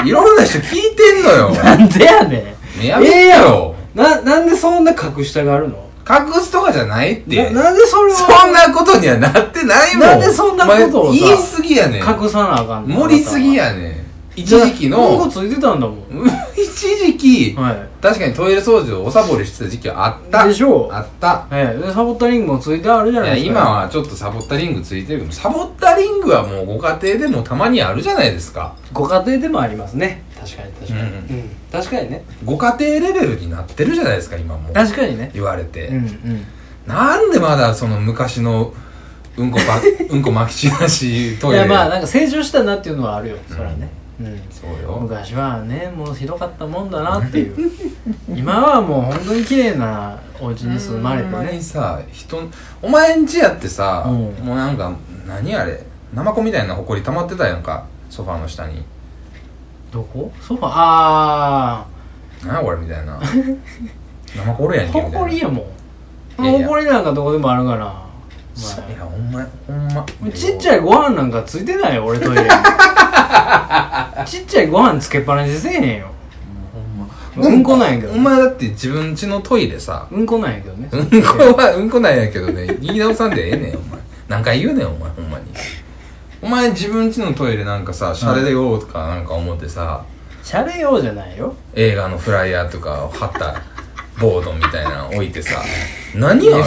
[SPEAKER 2] いろんな人聞いてんのよ。
[SPEAKER 1] なんでやねん
[SPEAKER 2] やめてよ。
[SPEAKER 1] ななんでそんな隠したがるの
[SPEAKER 2] 隠すとかじゃないって。
[SPEAKER 1] ななんでそれを
[SPEAKER 2] そんなことにはなってないもん。
[SPEAKER 1] なんでそんなことをさ
[SPEAKER 2] お前言いすぎやねん。
[SPEAKER 1] 隠さなあかんの
[SPEAKER 2] 盛りすぎやねん。一時期
[SPEAKER 1] うんこ
[SPEAKER 2] の、
[SPEAKER 1] ついてたんだもん
[SPEAKER 2] 一時期、
[SPEAKER 1] はい
[SPEAKER 2] 確かにトイレ掃除をおサボりしてた時期はあった。
[SPEAKER 1] でしょう
[SPEAKER 2] あった。
[SPEAKER 1] ええでサボったリングもついてあるじゃ
[SPEAKER 2] い
[SPEAKER 1] ない
[SPEAKER 2] や、
[SPEAKER 1] ですか
[SPEAKER 2] 今はちょっとサボったリングついてるけど、サボったリングはもうご家庭でもたまにあるじゃないですか。
[SPEAKER 1] ご家庭でもありますね確かに確かに、
[SPEAKER 2] うん
[SPEAKER 1] う
[SPEAKER 2] う
[SPEAKER 1] ん確かにね
[SPEAKER 2] ご家庭レベルになってるじゃないですか、今もう。
[SPEAKER 1] 確かにね
[SPEAKER 2] 言われて。
[SPEAKER 1] うんうん
[SPEAKER 2] なんでまだその昔のうんこ ばうんこ巻き散らしトイ
[SPEAKER 1] い
[SPEAKER 2] レ
[SPEAKER 1] やまあなんか成長したなっていうのはあるよそらね、うん
[SPEAKER 2] そうよ
[SPEAKER 1] 昔はねもうひどかったもんだなっていう 今はもう本当に綺麗なお家に住まれて
[SPEAKER 2] ほんまに
[SPEAKER 1] ね
[SPEAKER 2] さ人お前んちやってさ、
[SPEAKER 1] うん
[SPEAKER 2] もうなんか何あれナマコみたいなほこり溜まってたやんかソファーの下に
[SPEAKER 1] どこソファあ
[SPEAKER 2] 何やこれみたい なナマコおるや
[SPEAKER 1] あ
[SPEAKER 2] んけみたいな
[SPEAKER 1] ほこりやもん
[SPEAKER 2] いやいや
[SPEAKER 1] ほこりなんかどこでもあるからお
[SPEAKER 2] そい
[SPEAKER 1] 前
[SPEAKER 2] やほんまほんま
[SPEAKER 1] ちっちゃいご飯なんかついてないよ俺トイ レにちっちゃいご飯つけっぱなしでせえへんよ
[SPEAKER 2] ほんま
[SPEAKER 1] うんこなんやけど
[SPEAKER 2] お前だって自分家のトイレさ
[SPEAKER 1] うんこなんやけどね
[SPEAKER 2] うんこはうんこなんやけどね言い直さんでええねんお前何回言うねんお前ほんまにお前自分家のトイレなんかさシャレでようとかなんか思ってさ、
[SPEAKER 1] しゃれようじゃないよ
[SPEAKER 2] 映画のフライヤーとかを貼ったボードみたいなの置いてさ何や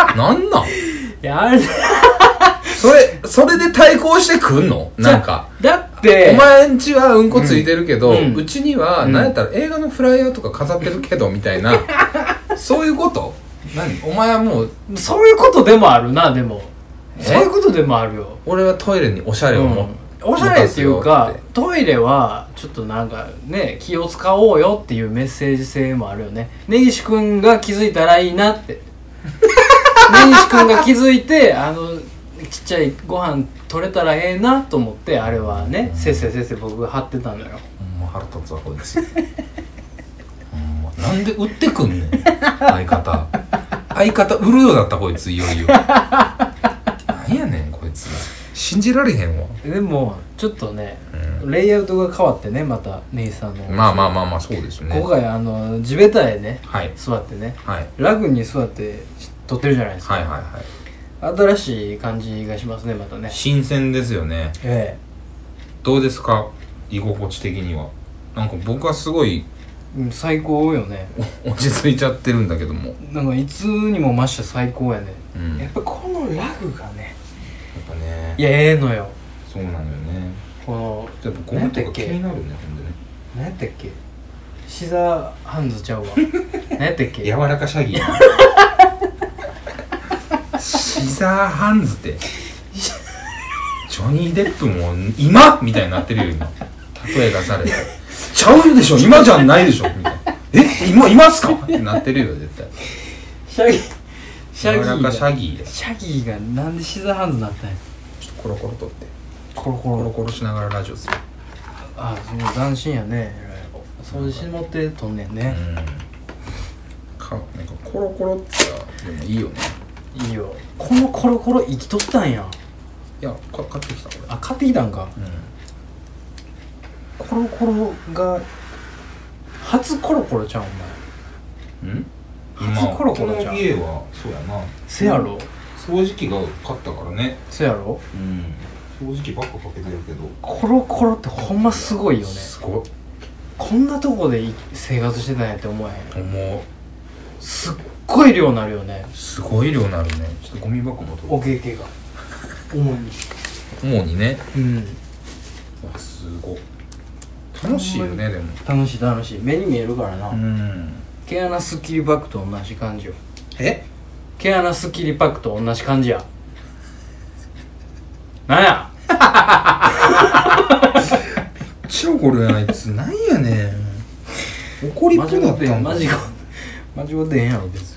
[SPEAKER 2] あれなんな
[SPEAKER 1] い
[SPEAKER 2] ん
[SPEAKER 1] やあれ
[SPEAKER 2] それそれで対抗してくんのなんか
[SPEAKER 1] だっ
[SPEAKER 2] お
[SPEAKER 1] て
[SPEAKER 2] 前んちはうんこついてるけど、う
[SPEAKER 1] うん
[SPEAKER 2] ちには
[SPEAKER 1] うん
[SPEAKER 2] 何やったら映画のフライヤーとか飾ってるけどみた いなそういうこと何お前はもう
[SPEAKER 1] そういうことでもあるなでも
[SPEAKER 2] え
[SPEAKER 1] そういうことでもあるよ
[SPEAKER 2] 俺はトイレにおしゃれをも、
[SPEAKER 1] おしゃれっていうか
[SPEAKER 2] 持たせようって
[SPEAKER 1] トイレはちょっとなんかね気を使おうよっていうメッセージ性もあるよね根岸君が気づいたらいいなって 根岸君が気づいてあのちっちゃいご飯取れたらええなと思ってあれはねせっせせっせ僕が貼ってたのよ
[SPEAKER 2] ほんま腹立つわこいつほんまなんで売ってくんねん相方相方売るようになったこいついよいよなんやねんこいつ信じられへんわ、
[SPEAKER 1] でもちょっとね
[SPEAKER 2] う
[SPEAKER 1] レイアウトが変わってねまた根岸さんの
[SPEAKER 2] ん、まあまあまあまあそうですね
[SPEAKER 1] 今回あの地べたへね
[SPEAKER 2] はい
[SPEAKER 1] 座ってね
[SPEAKER 2] はい
[SPEAKER 1] ラグに座って撮ってるじゃないですか、
[SPEAKER 2] はいはいはい
[SPEAKER 1] 新しい感じがしますねまたね
[SPEAKER 2] 新鮮ですよね
[SPEAKER 1] え
[SPEAKER 2] どうですか居心地的にはなんか僕はす ごい
[SPEAKER 1] えうん最高よね
[SPEAKER 2] お落ち着いちゃってるんだけども、
[SPEAKER 1] なんかいつにも増して最高やね
[SPEAKER 2] うん、やっ
[SPEAKER 1] ぱこのラグがね
[SPEAKER 2] ぱね
[SPEAKER 1] いやええのよ
[SPEAKER 2] そうなのよね
[SPEAKER 1] この
[SPEAKER 2] やっぱゴムとか気になるねほんでね
[SPEAKER 1] 何やったっけシザーハンズちゃ うわ何やったっけ
[SPEAKER 2] 柔らかシャギシザーハンズってジョニー・デップも今みたいになってるよ今例えがされてちゃうでしょ今じゃないでしょみたいなえ今いますかってなってるよ絶対
[SPEAKER 1] シャギシャギ
[SPEAKER 2] 柔ら
[SPEAKER 1] ーが
[SPEAKER 2] かシャギーでち
[SPEAKER 1] シャギーがなんでシザーハンズになったんや
[SPEAKER 2] ょっとコロコロ取って
[SPEAKER 1] コロコ
[SPEAKER 2] コロコロしながらラジオする
[SPEAKER 1] ああもう斬新やねえらいそうしもってとんねん
[SPEAKER 2] う
[SPEAKER 1] ね、
[SPEAKER 2] んかなんかコロコロってさでもいいよね
[SPEAKER 1] いいよこのコロコロ生きとったんや
[SPEAKER 2] いやか買ってきたこれ
[SPEAKER 1] あ買ってきたんか
[SPEAKER 2] う
[SPEAKER 1] コロコロが初コロコロちゃうんお前
[SPEAKER 2] んうん
[SPEAKER 1] 初コロコロじゃん
[SPEAKER 2] この家はそうやな
[SPEAKER 1] せやろ
[SPEAKER 2] 掃除機が買ったからね
[SPEAKER 1] せやろ
[SPEAKER 2] うん掃除機ばっかかけてるけど
[SPEAKER 1] コロコロってほんますごいよね
[SPEAKER 2] すごい
[SPEAKER 1] こんなとこでい生活してたんやって思えへん
[SPEAKER 2] も
[SPEAKER 1] すっごい量なるよね
[SPEAKER 2] うすごい量なるねちょっとゴミ箱も取
[SPEAKER 1] おけけが主に
[SPEAKER 2] 主にね
[SPEAKER 1] うん
[SPEAKER 2] わすごい楽しいよねでも
[SPEAKER 1] 楽しい楽しい目に見えるからな、
[SPEAKER 2] ん
[SPEAKER 1] 毛穴スッキリパックと同じ感じよ
[SPEAKER 2] え
[SPEAKER 1] 毛穴スッキリパックと同じ感じやなんや
[SPEAKER 2] ちろこれあいつなんやねん怒りっ
[SPEAKER 1] マ
[SPEAKER 2] ぽ
[SPEAKER 1] ジ
[SPEAKER 2] だ
[SPEAKER 1] ゴ
[SPEAKER 2] っ
[SPEAKER 1] テ
[SPEAKER 2] た
[SPEAKER 1] ン
[SPEAKER 2] ん
[SPEAKER 1] マジゴマジゴテンやろ別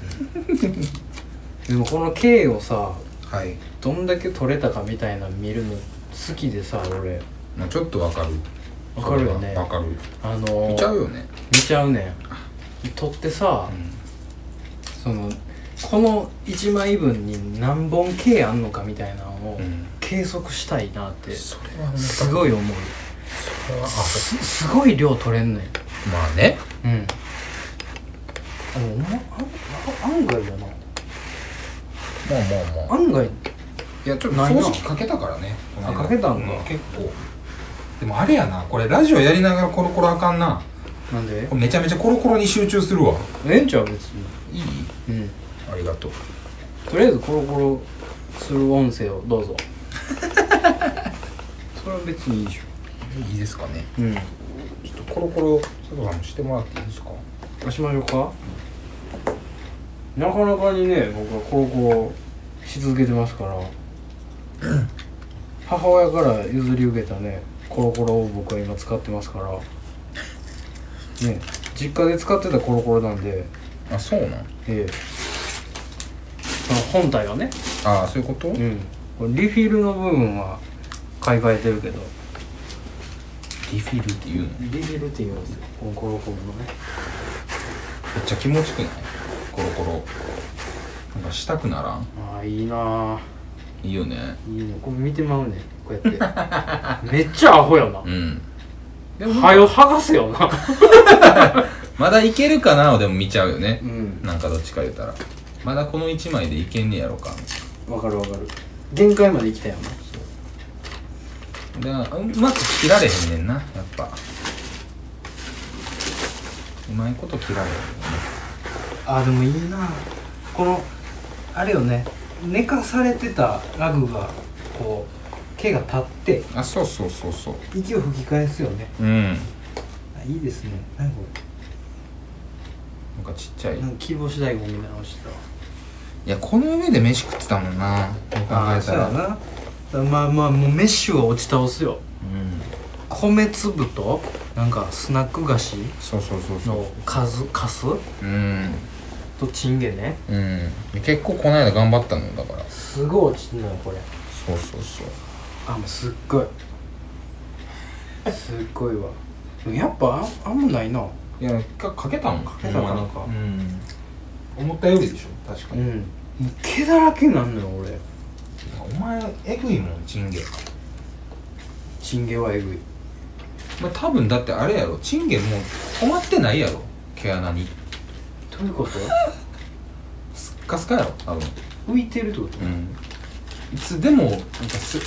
[SPEAKER 1] に でもこの K をさ
[SPEAKER 2] はい、
[SPEAKER 1] どんだけ取れたかみたいなの見るの好きでさ俺
[SPEAKER 2] まあ、ちょっとわかる
[SPEAKER 1] わかるよね
[SPEAKER 2] わかる
[SPEAKER 1] あのー、
[SPEAKER 2] 見ちゃうよね
[SPEAKER 1] 見ちゃうねん取ってさ、そのこの1枚分に何本 K あんのかみたいなのを
[SPEAKER 2] うん
[SPEAKER 1] 計測したいなって、
[SPEAKER 2] それは
[SPEAKER 1] すごい思う
[SPEAKER 2] それはあ
[SPEAKER 1] すすごい量取れんねん
[SPEAKER 2] まあね
[SPEAKER 1] うんあのおまあんあ案外だな
[SPEAKER 2] まあまあまあ
[SPEAKER 1] 案外
[SPEAKER 2] いやちょっと
[SPEAKER 1] ないな
[SPEAKER 2] 掃除機かけたからねこの間
[SPEAKER 1] あかけたんだ
[SPEAKER 2] う結構でもあれやなこれラジオやりながらコロコロあかんな
[SPEAKER 1] なんで
[SPEAKER 2] これめちゃめちゃコロコロに集中するわ
[SPEAKER 1] ええんちゃう別に
[SPEAKER 2] いい
[SPEAKER 1] うん
[SPEAKER 2] ありがとう
[SPEAKER 1] とりあえずコロコロする音声をどう ぞそれは別にいいでし
[SPEAKER 2] いいですかね
[SPEAKER 1] ょうん
[SPEAKER 2] ちょっとコロコロ佐藤さんもしてもらっていいですか
[SPEAKER 1] 出しましょうかなかなかにね僕は高校し続けてます から母親から譲り受けたねコロコロを僕は今使ってますからね実家で使ってたコロコロなんで
[SPEAKER 2] あそうなん
[SPEAKER 1] ええその本体はね
[SPEAKER 2] ああそういうこと
[SPEAKER 1] うんこれリフィルの部分は買い替えてるけど
[SPEAKER 2] リフィルっていうのめっ
[SPEAKER 1] リフィルって言うんですよこのコロコロのね
[SPEAKER 2] ちゃ気持ちくないコロコロなんかしたくならん
[SPEAKER 1] ああいいなあ
[SPEAKER 2] いいよね
[SPEAKER 1] いいねこれ見てまうねこうやって めっちゃアホやな
[SPEAKER 2] うんで
[SPEAKER 1] はよ剥がせよな
[SPEAKER 2] まだいけるかなをでも見ちゃうよね
[SPEAKER 1] う、ん
[SPEAKER 2] なんかどっちか言ったらまだこの1枚でいけんねやろか
[SPEAKER 1] わかるわかる限界まで行きたいよな
[SPEAKER 2] でうまく切られへんねんなやっぱうまいこと切られへんね
[SPEAKER 1] あでもいいなこのあれよね寝かされてたラグがこう毛が立って
[SPEAKER 2] あそうそうそうそう
[SPEAKER 1] 息を吹き返すよね
[SPEAKER 2] うん
[SPEAKER 1] あいいですねなんか
[SPEAKER 2] なんかちっちゃい
[SPEAKER 1] なんか切り干し大根みたいなのしてたわ
[SPEAKER 2] いやこの上で飯食ってたもんなどう考え
[SPEAKER 1] そ
[SPEAKER 2] た
[SPEAKER 1] う
[SPEAKER 2] ら
[SPEAKER 1] やなだからまあまあもうメッシュは落ち倒すよ
[SPEAKER 2] うん
[SPEAKER 1] 米粒となんかスナック菓子
[SPEAKER 2] そうそうそうそう
[SPEAKER 1] の数カス
[SPEAKER 2] うん
[SPEAKER 1] とチンゲね
[SPEAKER 2] うん結構この間頑張ったのだから
[SPEAKER 1] すごい落ちてるのよこれ
[SPEAKER 2] そうそうそう
[SPEAKER 1] あもうすっごいすっごいわでもやっぱああんまないない
[SPEAKER 2] やかかけたもんか
[SPEAKER 1] けたかな
[SPEAKER 2] うん思ったよりでしょ確か
[SPEAKER 1] う
[SPEAKER 2] に、
[SPEAKER 1] んもう毛だらけになんのよ俺
[SPEAKER 2] お前えぐいもんチンゲ
[SPEAKER 1] チンゲはえぐい
[SPEAKER 2] まあ、多分だってあれやろチンゲもう止まってないやろ毛穴に
[SPEAKER 1] どういうこと
[SPEAKER 2] スッカスカやろ多分
[SPEAKER 1] 浮いてるってこと
[SPEAKER 2] うんいつでもなんかす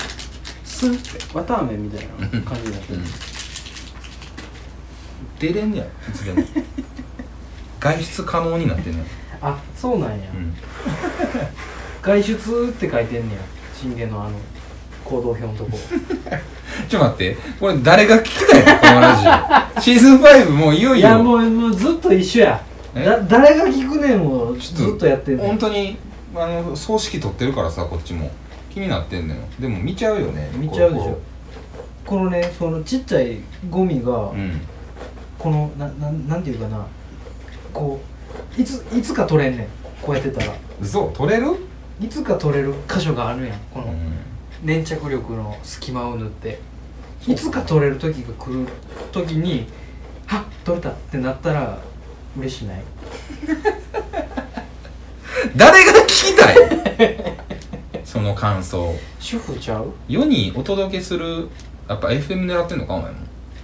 [SPEAKER 1] スンって綿あめみたいな感じになって
[SPEAKER 2] う
[SPEAKER 1] る
[SPEAKER 2] ん出れんねやろいつでも 外出可能になってんね
[SPEAKER 1] あそうなんや、
[SPEAKER 2] うん
[SPEAKER 1] 外出って書いてんねやチンゲのあの行動表のとこ
[SPEAKER 2] ちょっと待ってこれ誰が聞きたいのこのラジオシーズン5もういよ
[SPEAKER 1] い
[SPEAKER 2] い
[SPEAKER 1] や
[SPEAKER 2] よ
[SPEAKER 1] もうもうずっと一緒や
[SPEAKER 2] え
[SPEAKER 1] だ誰が聞くねんを
[SPEAKER 2] ち
[SPEAKER 1] ず
[SPEAKER 2] ょっと
[SPEAKER 1] っとやってんねん
[SPEAKER 2] 本当にあの葬式取ってるからさこっちも気になってんのよでも見ちゃうよね
[SPEAKER 1] 見ちゃうでし
[SPEAKER 2] こ
[SPEAKER 1] ょこのねそのちっちゃいゴミが、
[SPEAKER 2] こうん
[SPEAKER 1] このなななんていうかなこういついつか取れんねんこうやってたら
[SPEAKER 2] 嘘取れる、
[SPEAKER 1] いつか取れる箇所があるやんこ
[SPEAKER 2] う
[SPEAKER 1] の
[SPEAKER 2] ん
[SPEAKER 1] 粘着力の隙間を縫って
[SPEAKER 2] そう
[SPEAKER 1] いつか取れる時が来る時にはっ取れたってなったら嬉しない
[SPEAKER 2] 誰が聞きたい その感想
[SPEAKER 1] 主婦ちゃう
[SPEAKER 2] 世にお届けするやっぱ FM 狙ってんのかお前も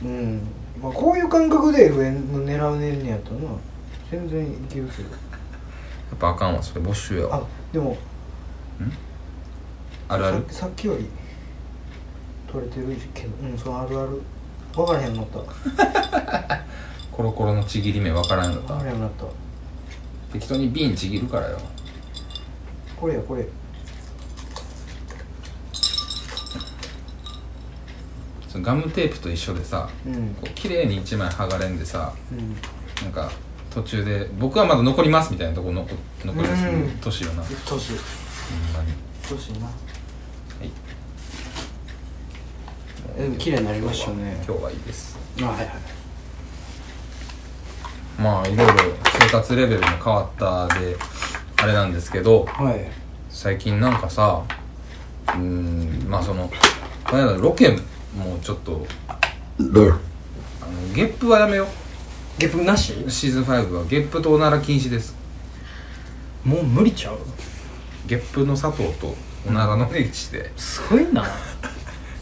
[SPEAKER 1] うん、まあ、こういう感覚で上の狙うねんねやったらな全然いけるけど
[SPEAKER 2] やっぱあかんわそれ募集や
[SPEAKER 1] あ
[SPEAKER 2] わ
[SPEAKER 1] でも
[SPEAKER 2] あるある
[SPEAKER 1] ささっきより取れてるけどうんそうあるある分からへんようになった
[SPEAKER 2] コロコロのちぎり目わからんの
[SPEAKER 1] 分
[SPEAKER 2] か
[SPEAKER 1] からへんよう
[SPEAKER 2] った
[SPEAKER 1] になった
[SPEAKER 2] 適当に瓶ちぎるからよ
[SPEAKER 1] これやこれ
[SPEAKER 2] そのガムテープと一緒でさ
[SPEAKER 1] うんうん
[SPEAKER 2] こう綺麗に1枚剥がれんでさなんか途中で僕はまだ残りますみたいなとこ残残ります
[SPEAKER 1] うん
[SPEAKER 2] 年よなほん
[SPEAKER 1] どうしよ
[SPEAKER 2] まに
[SPEAKER 1] うどうしような
[SPEAKER 2] はい
[SPEAKER 1] でも綺麗になりましたね
[SPEAKER 2] 今日はいいです
[SPEAKER 1] あはいはい
[SPEAKER 2] まあいろいろ生活レベルも変わったであれなんですけど
[SPEAKER 1] はい
[SPEAKER 2] 最近なんかさうーんまあそのこの間ロケもちょっとあのゲップはやめよ
[SPEAKER 1] ゲップなし
[SPEAKER 2] うシーズン5はゲップとおなら禁止です
[SPEAKER 1] もう無理ちゃう
[SPEAKER 2] ゲップの佐藤とおならの根岸です
[SPEAKER 1] ごい な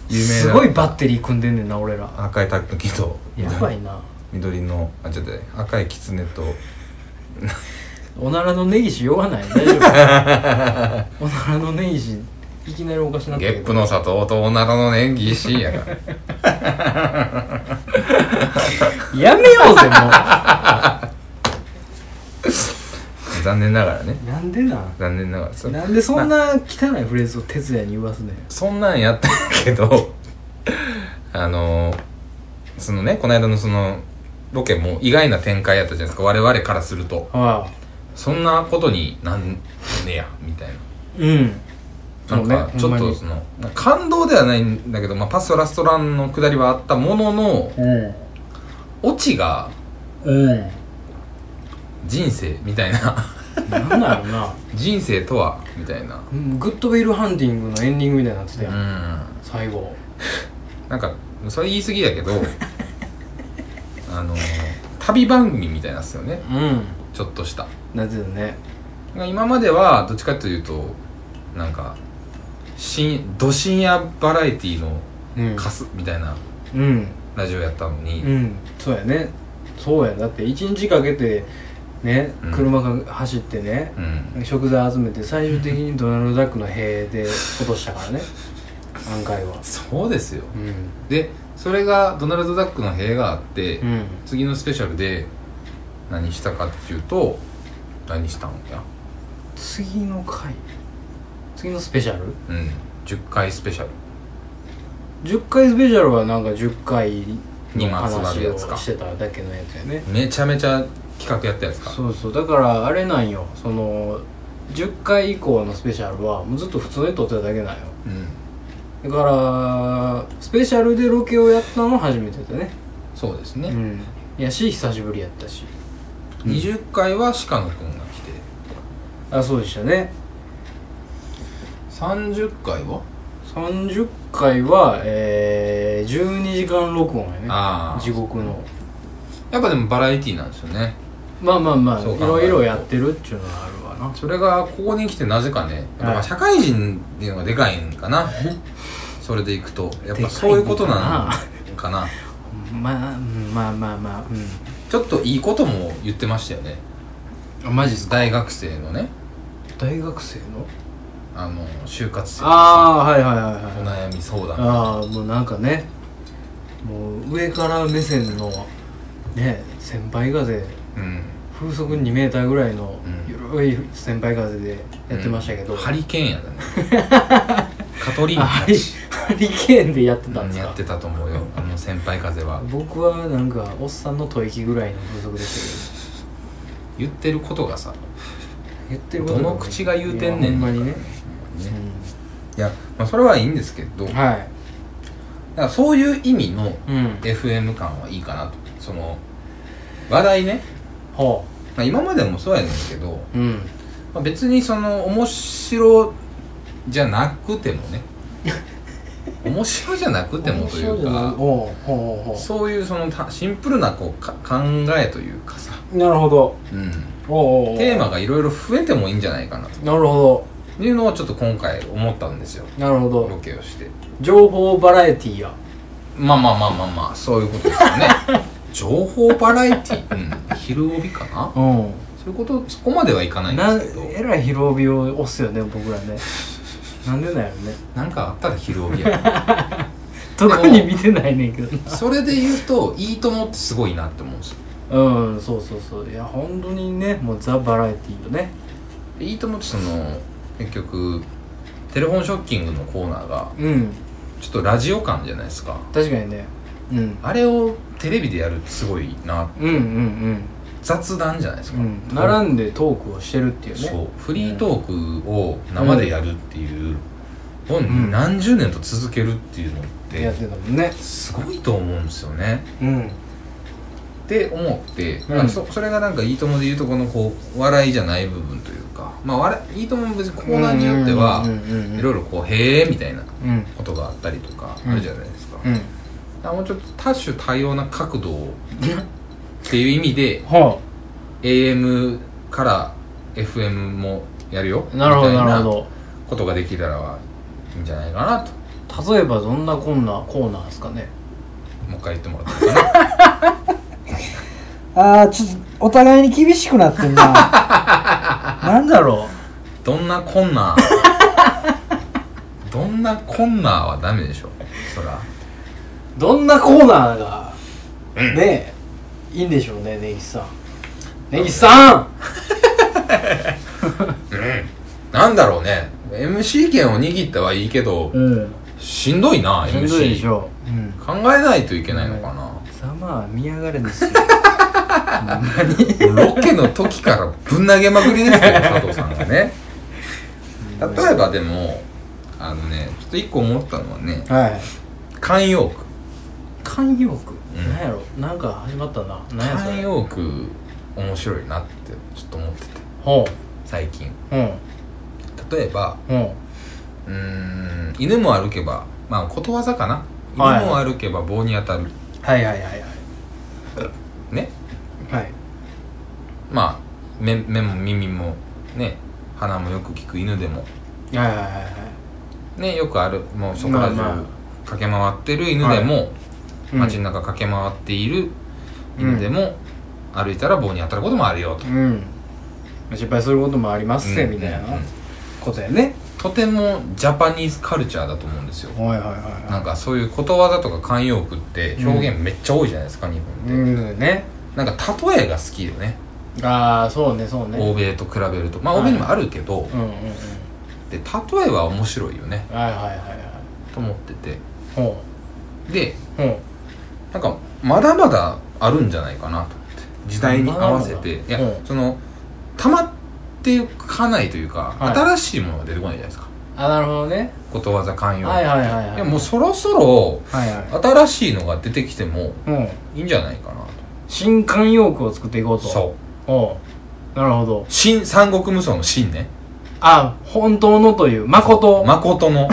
[SPEAKER 2] 有名な
[SPEAKER 1] すごいバッテリー組んでんねんな俺ら
[SPEAKER 2] 赤いタッキーと
[SPEAKER 1] やばいな
[SPEAKER 2] 緑のあちょっと待って赤いキツネと
[SPEAKER 1] おならの根岸酔わない大丈夫おならの根岸いきなりおかしなった
[SPEAKER 2] ゲ
[SPEAKER 1] けど
[SPEAKER 2] ップの砂糖と女の年ぎしやから。
[SPEAKER 1] やめようぜも
[SPEAKER 2] 残念ながらね。
[SPEAKER 1] うなんでなん
[SPEAKER 2] 残念ながらそ
[SPEAKER 1] なんでそんな汚いフレーズを哲也に言わすねん
[SPEAKER 2] そんなんやったんやけど、あの、そのね、この間のその、ロケも意外な展開やったじゃないですか。我々からすると。
[SPEAKER 1] ああ
[SPEAKER 2] そんなことになんねや、みたいな。
[SPEAKER 1] うん
[SPEAKER 2] なんかち
[SPEAKER 1] そう
[SPEAKER 2] ょ
[SPEAKER 1] ね
[SPEAKER 2] っとその感動ではないんだけど、まあ、パストラストランの下りはあったものの
[SPEAKER 1] うん
[SPEAKER 2] オチが
[SPEAKER 1] うん
[SPEAKER 2] 人生みたいな
[SPEAKER 1] なんだろうな
[SPEAKER 2] 人生とはみたいな
[SPEAKER 1] うんグッドウィルハンティングのエンディングみたいになってた
[SPEAKER 2] う
[SPEAKER 1] よ、
[SPEAKER 2] ん
[SPEAKER 1] 最後
[SPEAKER 2] なんかそれ言い過ぎやけどあの旅番組みたいなんですよね
[SPEAKER 1] うん
[SPEAKER 2] ちょっとした
[SPEAKER 1] なってたね
[SPEAKER 2] 今まではどっちかというとなんか深ど深夜バラエティの
[SPEAKER 1] うん
[SPEAKER 2] カスみたいな
[SPEAKER 1] うん
[SPEAKER 2] ラジオやったのに、
[SPEAKER 1] うんそうやねそうやだって1日かけてね
[SPEAKER 2] うん
[SPEAKER 1] 車が走ってね、
[SPEAKER 2] うん
[SPEAKER 1] 食材集めて最終的にドナルド・ダックの塀で落としたから ね案外は
[SPEAKER 2] そうですよ
[SPEAKER 1] うん
[SPEAKER 2] でそれがドナルド・ダックの部屋があって、
[SPEAKER 1] うん
[SPEAKER 2] 次のスペシャルで何したかっていうと何したんや
[SPEAKER 1] 次の回次のスペシャル
[SPEAKER 2] うん10回スペシャル
[SPEAKER 1] 10回スペシャルはなんか10回
[SPEAKER 2] に
[SPEAKER 1] の
[SPEAKER 2] まつわる
[SPEAKER 1] 話
[SPEAKER 2] や
[SPEAKER 1] を
[SPEAKER 2] つか
[SPEAKER 1] してただけのやつやね
[SPEAKER 2] めちゃめちゃ企画やったやつか
[SPEAKER 1] そうそうだからあれなんよその10回以降のスペシャルはもうずっと普通に撮ってただけなんよ
[SPEAKER 2] うん
[SPEAKER 1] だからスペシャルでロケをやったの初めてだね
[SPEAKER 2] そうですね、
[SPEAKER 1] うんやし久しぶりやったし
[SPEAKER 2] 20回は鹿野くんが来て
[SPEAKER 1] あそうでしたね
[SPEAKER 2] 30回は
[SPEAKER 1] 30回はえー、12時間録音やね
[SPEAKER 2] ああ
[SPEAKER 1] 地獄の
[SPEAKER 2] やっぱでもバラエティーなんですよね
[SPEAKER 1] まあまあまあい
[SPEAKER 2] そう考えると
[SPEAKER 1] ろいろやってるっていうのはあるわな
[SPEAKER 2] それがここに来てなぜかねやっ
[SPEAKER 1] は
[SPEAKER 2] ぱ
[SPEAKER 1] い
[SPEAKER 2] 社会人っていうのがでかいん かなそれでいくとやっぱそういうことなのかな
[SPEAKER 1] まあうんまあまあまあう
[SPEAKER 2] ちょっといいことも言ってましたよね
[SPEAKER 1] んマジ
[SPEAKER 2] 大学生のね
[SPEAKER 1] 大学生の
[SPEAKER 2] あの就活生の
[SPEAKER 1] ああはいはいはい
[SPEAKER 2] お
[SPEAKER 1] はい
[SPEAKER 2] 悩み相談
[SPEAKER 1] ああもうなんかねもう上から目線のね先輩風
[SPEAKER 2] うん
[SPEAKER 1] 風速2メーターぐらいの
[SPEAKER 2] うん
[SPEAKER 1] 緩い先輩風でやってましたけど、
[SPEAKER 2] うんハリケーンやだね カトリー
[SPEAKER 1] あ
[SPEAKER 2] ヌ
[SPEAKER 1] ハリハリケーンでやってたんで
[SPEAKER 2] うん
[SPEAKER 1] す
[SPEAKER 2] や
[SPEAKER 1] か
[SPEAKER 2] ってたと思うよあの先輩風は
[SPEAKER 1] 僕はなんかおっさんの吐息ぐらいの風速でした
[SPEAKER 2] 言ってることがさ
[SPEAKER 1] けど言ってること
[SPEAKER 2] ど
[SPEAKER 1] がね
[SPEAKER 2] の口が言うてんね
[SPEAKER 1] いや
[SPEAKER 2] ん
[SPEAKER 1] ほんまにね、
[SPEAKER 2] ねいや、まあ、それはいいんですけど
[SPEAKER 1] うん
[SPEAKER 2] だか
[SPEAKER 1] はい
[SPEAKER 2] らそういう意味の
[SPEAKER 1] うん、
[SPEAKER 2] FM 感はいいかなとその話題ね
[SPEAKER 1] ほ
[SPEAKER 2] まあ今までもそうやねんけど、
[SPEAKER 1] ううん
[SPEAKER 2] まあ、別にその面白じゃなくてもね 面白じゃなくてもというか
[SPEAKER 1] おうほうほうほう
[SPEAKER 2] そういうそのたシンプルなこうか考えというかさ、
[SPEAKER 1] なるほど
[SPEAKER 2] うん、
[SPEAKER 1] おうおうおう
[SPEAKER 2] テーマがいろいろ増えてもいいんじゃないかな
[SPEAKER 1] なるほ
[SPEAKER 2] というのをちょっと今回思ったんですよ
[SPEAKER 1] どなるほ
[SPEAKER 2] ロ
[SPEAKER 1] ど
[SPEAKER 2] ケをして
[SPEAKER 1] 情報バラエティーや
[SPEAKER 2] まあまあまあまあまあそういうことですよ ね情報バラエティうん昼帯かな
[SPEAKER 1] うん
[SPEAKER 2] そういうことそこまではいかないん
[SPEAKER 1] な
[SPEAKER 2] ですけど
[SPEAKER 1] えらい広帯を押すよね僕ら ねなんでなんやろね
[SPEAKER 2] なんかあったら昼帯や
[SPEAKER 1] 特に見てないねんけど
[SPEAKER 2] それで言うと「いいとも」ってすごいなって思うんですよ
[SPEAKER 1] うんそうそうそういや本当にねもうザ・バラエティーよね
[SPEAKER 2] いいともってその結局テレフォンショッキングのコーナーが
[SPEAKER 1] うん
[SPEAKER 2] ちょっとラジオ感じゃないですか
[SPEAKER 1] 確かにねうん
[SPEAKER 2] あれをテレビでやるってすごいな
[SPEAKER 1] うんうん
[SPEAKER 2] 雑談じゃないです
[SPEAKER 1] う
[SPEAKER 2] か、
[SPEAKER 1] んうん並んでトークをしてるっていうね
[SPEAKER 2] そうフリートークを生でやるっていう、を
[SPEAKER 1] ん
[SPEAKER 2] 何十年と続けるっていうのっ
[SPEAKER 1] やって
[SPEAKER 2] て
[SPEAKER 1] たもんね
[SPEAKER 2] すごいと思うんですよね
[SPEAKER 1] うん
[SPEAKER 2] って思って、
[SPEAKER 1] うん
[SPEAKER 2] なんかそそれがなんか「いいとも」で言うとこのこう笑いじゃない部分というかまあ笑いいともも別にコーナーによっては
[SPEAKER 1] うんうんうんうん
[SPEAKER 2] いろいろこう「へえ」みたいな
[SPEAKER 1] うん
[SPEAKER 2] ことがあったりとか
[SPEAKER 1] うん
[SPEAKER 2] あるじゃないですか、
[SPEAKER 1] うん
[SPEAKER 2] だからもうちょっと多種多様な角度をっていう意味で
[SPEAKER 1] は
[SPEAKER 2] AM から FM もやるよ
[SPEAKER 1] あなるほど
[SPEAKER 2] みたい
[SPEAKER 1] なるほ
[SPEAKER 2] ことができたらいいんじゃないかなと
[SPEAKER 1] ど例えばどんなこんなコーナーですかね
[SPEAKER 2] もう一回言ってもらっていいかな
[SPEAKER 1] あ あちょっとお互いに厳しくなってん ななんだろ
[SPEAKER 2] どんなこんなどんなこんなはダメでしょそら
[SPEAKER 1] どんなコーナーが、ねえいいんでしょうね根岸さん根岸さん
[SPEAKER 2] なんだろうね MC 権を握ったはいいけど
[SPEAKER 1] うん
[SPEAKER 2] しんどいな
[SPEAKER 1] しんどいで
[SPEAKER 2] MC
[SPEAKER 1] しょう、うん、
[SPEAKER 2] 考えないといけないのかな
[SPEAKER 1] ざまあ見やがれですよ
[SPEAKER 2] ロケの時からぶん投げまくりですよ佐藤さんがね例えばでもあのねちょっと一個思ったのはね
[SPEAKER 1] はい
[SPEAKER 2] 慣用句
[SPEAKER 1] 慣用句、
[SPEAKER 2] うん
[SPEAKER 1] なんやろなんか始まったななんやそ
[SPEAKER 2] 慣
[SPEAKER 1] れ
[SPEAKER 2] 用句面白いなってちょっと思ってて
[SPEAKER 1] ほ
[SPEAKER 2] 最近
[SPEAKER 1] ううん
[SPEAKER 2] 例えば
[SPEAKER 1] うん
[SPEAKER 2] うーん犬も歩けばまあことわざかな
[SPEAKER 1] はい
[SPEAKER 2] 犬も歩けば棒に当たる、
[SPEAKER 1] はいはいはいはい
[SPEAKER 2] ね
[SPEAKER 1] はい
[SPEAKER 2] まあ目目も耳もね鼻もよく聞く犬でも
[SPEAKER 1] はいはいはいはい
[SPEAKER 2] ねよくあるもうそこら
[SPEAKER 1] まあま
[SPEAKER 2] 中駆け回ってる犬でも、
[SPEAKER 1] うん
[SPEAKER 2] 街の中駆け回っている犬でも、歩いたら棒に当たることもあるよと、
[SPEAKER 1] うん失敗することもありますせ、
[SPEAKER 2] うん
[SPEAKER 1] みたいな
[SPEAKER 2] うん
[SPEAKER 1] ことやね
[SPEAKER 2] とてもジャパニーズカルチャーだと思うんですよ
[SPEAKER 1] はいはいはい
[SPEAKER 2] な
[SPEAKER 1] は
[SPEAKER 2] んかそういうことわざとか慣用句って表現めっちゃ多いじゃないですか、日
[SPEAKER 1] い
[SPEAKER 2] 本って、
[SPEAKER 1] うんね
[SPEAKER 2] なんか例えが好きよね
[SPEAKER 1] ああそうねそうね
[SPEAKER 2] 欧米と比べるとまあ
[SPEAKER 1] はい
[SPEAKER 2] 欧米にもあるけど、
[SPEAKER 1] うんうんうんはい
[SPEAKER 2] で例えは面白いよね
[SPEAKER 1] はいはいはい
[SPEAKER 2] と思ってて
[SPEAKER 1] ほ
[SPEAKER 2] で
[SPEAKER 1] うほ
[SPEAKER 2] なんかまだまだあるんじゃないかなと思って時代に合わせてい
[SPEAKER 1] まだまだ
[SPEAKER 2] や、
[SPEAKER 1] うん
[SPEAKER 2] そのたまっていかないというか、
[SPEAKER 1] はい
[SPEAKER 2] 新しいものが出てこないじゃないですか
[SPEAKER 1] うあなるほどね
[SPEAKER 2] ことわざ慣用句、
[SPEAKER 1] はいはいはいはい
[SPEAKER 2] いやもうそろそろ
[SPEAKER 1] はいはい
[SPEAKER 2] 新しいのが出てきても
[SPEAKER 1] うん
[SPEAKER 2] いいんじゃないかな
[SPEAKER 1] 新慣用句を作っていこう
[SPEAKER 2] と
[SPEAKER 1] と
[SPEAKER 2] そう
[SPEAKER 1] おうなるほど
[SPEAKER 2] う新三国無双の新ね
[SPEAKER 1] あ本当のという誠
[SPEAKER 2] 誠の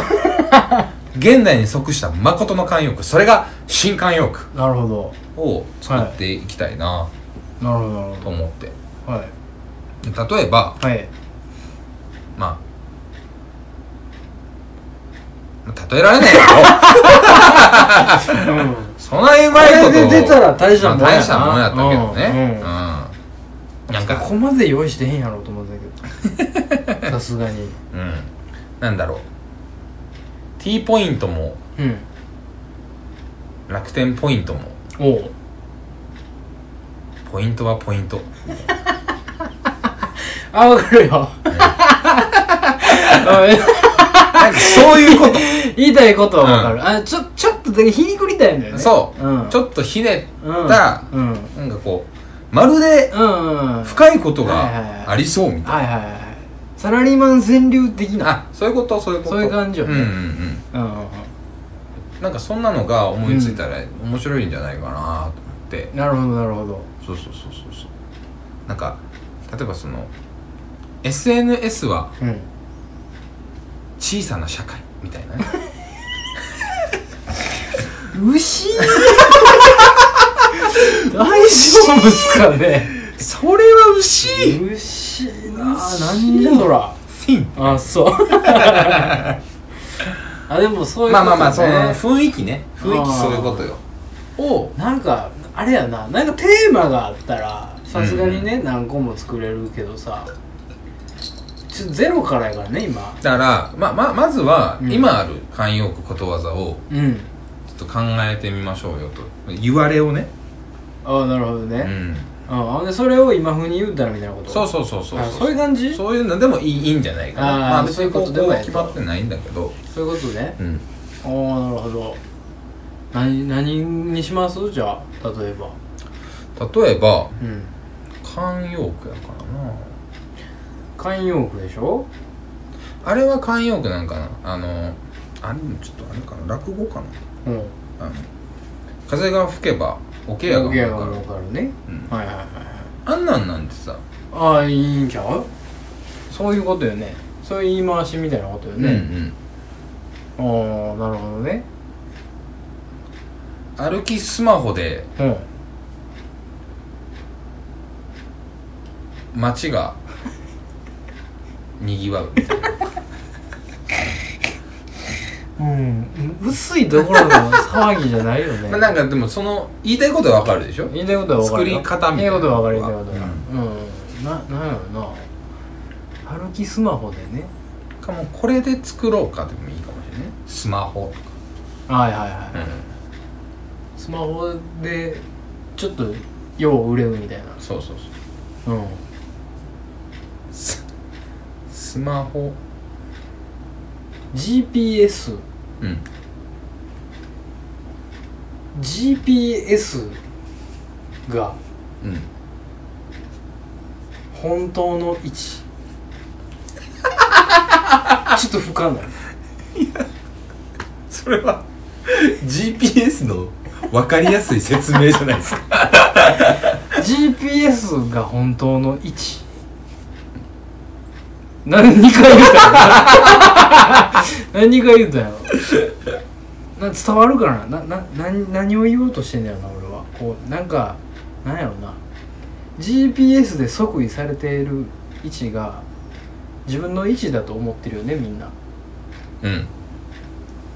[SPEAKER 2] 現代に即した誠の慣用句それが新慣用句
[SPEAKER 1] なるほど
[SPEAKER 2] を作っていきたいな
[SPEAKER 1] なるほどなる
[SPEAKER 2] と
[SPEAKER 1] ほ
[SPEAKER 2] 思って、
[SPEAKER 1] どはい
[SPEAKER 2] で例えば
[SPEAKER 1] はい
[SPEAKER 2] まあまあ例えられないよそんなにうまいこと
[SPEAKER 1] これで出たら大したもんやな
[SPEAKER 2] まあ大したもんやったけどね
[SPEAKER 1] う
[SPEAKER 2] うんんなんか
[SPEAKER 1] ここまで用意してへんやろうと思ったけ どさすがに
[SPEAKER 2] うんなんだろう T ポイントも
[SPEAKER 1] うん
[SPEAKER 2] 楽天ポイントも
[SPEAKER 1] おう
[SPEAKER 2] ポイントはポイント
[SPEAKER 1] あわかるよ
[SPEAKER 2] なんかそういうこと
[SPEAKER 1] 言いたいことはわかる、あちょちょっとだけ皮肉りたいんだよね
[SPEAKER 2] そう、
[SPEAKER 1] うん
[SPEAKER 2] ちょっとひね
[SPEAKER 1] うん
[SPEAKER 2] った、
[SPEAKER 1] うん
[SPEAKER 2] なんかこうまるで
[SPEAKER 1] うんうんうん
[SPEAKER 2] 深いこと
[SPEAKER 1] はいはいはい
[SPEAKER 2] がありそうみたい
[SPEAKER 1] はいはいはいサラリーマン川柳的
[SPEAKER 2] な、
[SPEAKER 1] な
[SPEAKER 2] あそういうことそういうこと
[SPEAKER 1] そういう感じよね
[SPEAKER 2] うんうんうん
[SPEAKER 1] うんうんうん
[SPEAKER 2] なんかそんなのが思いついたら面白いんじゃないかなと思って、
[SPEAKER 1] なるほどなるほど
[SPEAKER 2] そうそうそうそうそうなんか例えばその SNS は
[SPEAKER 1] うん
[SPEAKER 2] 小さな社会みたい なね
[SPEAKER 1] 牛大丈夫っすかね
[SPEAKER 2] それは牛
[SPEAKER 1] 牛なあなんじゃそら
[SPEAKER 2] フィン
[SPEAKER 1] あそう あでもそういう
[SPEAKER 2] ま
[SPEAKER 1] こ
[SPEAKER 2] あ
[SPEAKER 1] と、ね、
[SPEAKER 2] まあまあその雰囲気ね雰囲気そういうことよを
[SPEAKER 1] なんかあれやななんかテーマがあったらさすがにね、何個も作れるけどさちょゼロからやからね今
[SPEAKER 2] だからまあまあまずは
[SPEAKER 1] うん
[SPEAKER 2] 今ある慣用句ことわざを
[SPEAKER 1] うん
[SPEAKER 2] ちょっと考えてみましょうよと言われをね
[SPEAKER 1] ああなるほど
[SPEAKER 2] う
[SPEAKER 1] ね、
[SPEAKER 2] ん
[SPEAKER 1] うん、あでそれを今風に言うたらみたいなこと
[SPEAKER 2] そうそうそうそう
[SPEAKER 1] あそういう感じ
[SPEAKER 2] そういうのでもいいいいんじゃないかな
[SPEAKER 1] あー
[SPEAKER 2] まあ別
[SPEAKER 1] そうい
[SPEAKER 2] に
[SPEAKER 1] うことでも
[SPEAKER 2] こう
[SPEAKER 1] やと
[SPEAKER 2] 決まってないんだけど
[SPEAKER 1] そういうことね
[SPEAKER 2] うん
[SPEAKER 1] ああなるほど何何にしますじゃあ例えば
[SPEAKER 2] 例えば
[SPEAKER 1] うん
[SPEAKER 2] 慣用句やからな
[SPEAKER 1] 慣用句でしょ
[SPEAKER 2] あれは慣用句なんかなあのあれもちょっとあれかな落語か
[SPEAKER 1] うん
[SPEAKER 2] なあの風が吹けば桶屋が
[SPEAKER 1] 動
[SPEAKER 2] 儲
[SPEAKER 1] き
[SPEAKER 2] か
[SPEAKER 1] や
[SPEAKER 2] る
[SPEAKER 1] が分かるね、
[SPEAKER 2] うん
[SPEAKER 1] はいはいはいはい
[SPEAKER 2] あんなんなんてさ
[SPEAKER 1] ああいいんちゃうそういうことよねそういう言い回しみたいなことよ
[SPEAKER 2] うんう
[SPEAKER 1] ね、
[SPEAKER 2] ん
[SPEAKER 1] ああなるほどね
[SPEAKER 2] 歩きスマホで
[SPEAKER 1] うん
[SPEAKER 2] 街がにぎわうみたいな
[SPEAKER 1] うん、薄いところの騒ぎじゃないよね
[SPEAKER 2] まあなんかでもその言いたいことはわかるでしょ
[SPEAKER 1] 言いたいことは分かるよ
[SPEAKER 2] 作り方みたい
[SPEAKER 1] 言いたい
[SPEAKER 2] なの
[SPEAKER 1] こと
[SPEAKER 2] が
[SPEAKER 1] は分かる言いたいことはうん、うん、ななんやろな歩きスマホでね
[SPEAKER 2] 考かもうこれで作ろうかでもいいかもしれないねスマホとか
[SPEAKER 1] はいはいはい、スマホでちょっとよう売れるみたいな
[SPEAKER 2] そうそうそう
[SPEAKER 1] うん
[SPEAKER 2] ススマホ
[SPEAKER 1] GPSGPS
[SPEAKER 2] うん
[SPEAKER 1] GPS が
[SPEAKER 2] うん
[SPEAKER 1] 本当の位置 ちょっと不可能
[SPEAKER 2] それは GPS の分かりやすい説明じゃないですか
[SPEAKER 1] GPS が本当の位置何2回言うたんやろ何2回言うたんやろな伝わるかななな何何を言おうとしてんだよな俺はこうなんかなんやろな GPS で即位されている位置が自分の位置だと思ってるよねみんな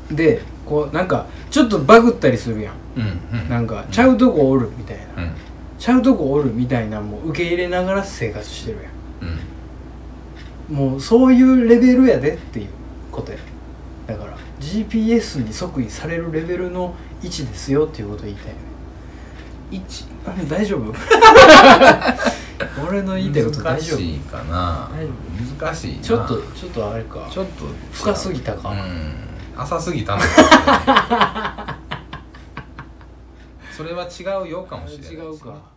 [SPEAKER 2] うん
[SPEAKER 1] でこうなんかちょっとバグったりするやん
[SPEAKER 2] うんうん
[SPEAKER 1] なんかちゃうとこおるみたいな
[SPEAKER 2] うん
[SPEAKER 1] ちゃうとこおるみたいなもう受け入れながら生活してるやん
[SPEAKER 2] うん
[SPEAKER 1] もうそういうレベルやでっていうことやだから GPS に即位されるレベルの位置ですよっていうことを言いたいよね位 置大丈夫 俺の言いたいこと大
[SPEAKER 2] 難
[SPEAKER 1] 丈夫
[SPEAKER 2] しいかな
[SPEAKER 1] 大丈
[SPEAKER 2] 難しいな
[SPEAKER 1] ちょっとちょっとあれか
[SPEAKER 2] ちょっと
[SPEAKER 1] 深すぎたか
[SPEAKER 2] うん浅すぎたな それは違うよかもしれないですね
[SPEAKER 1] 違うか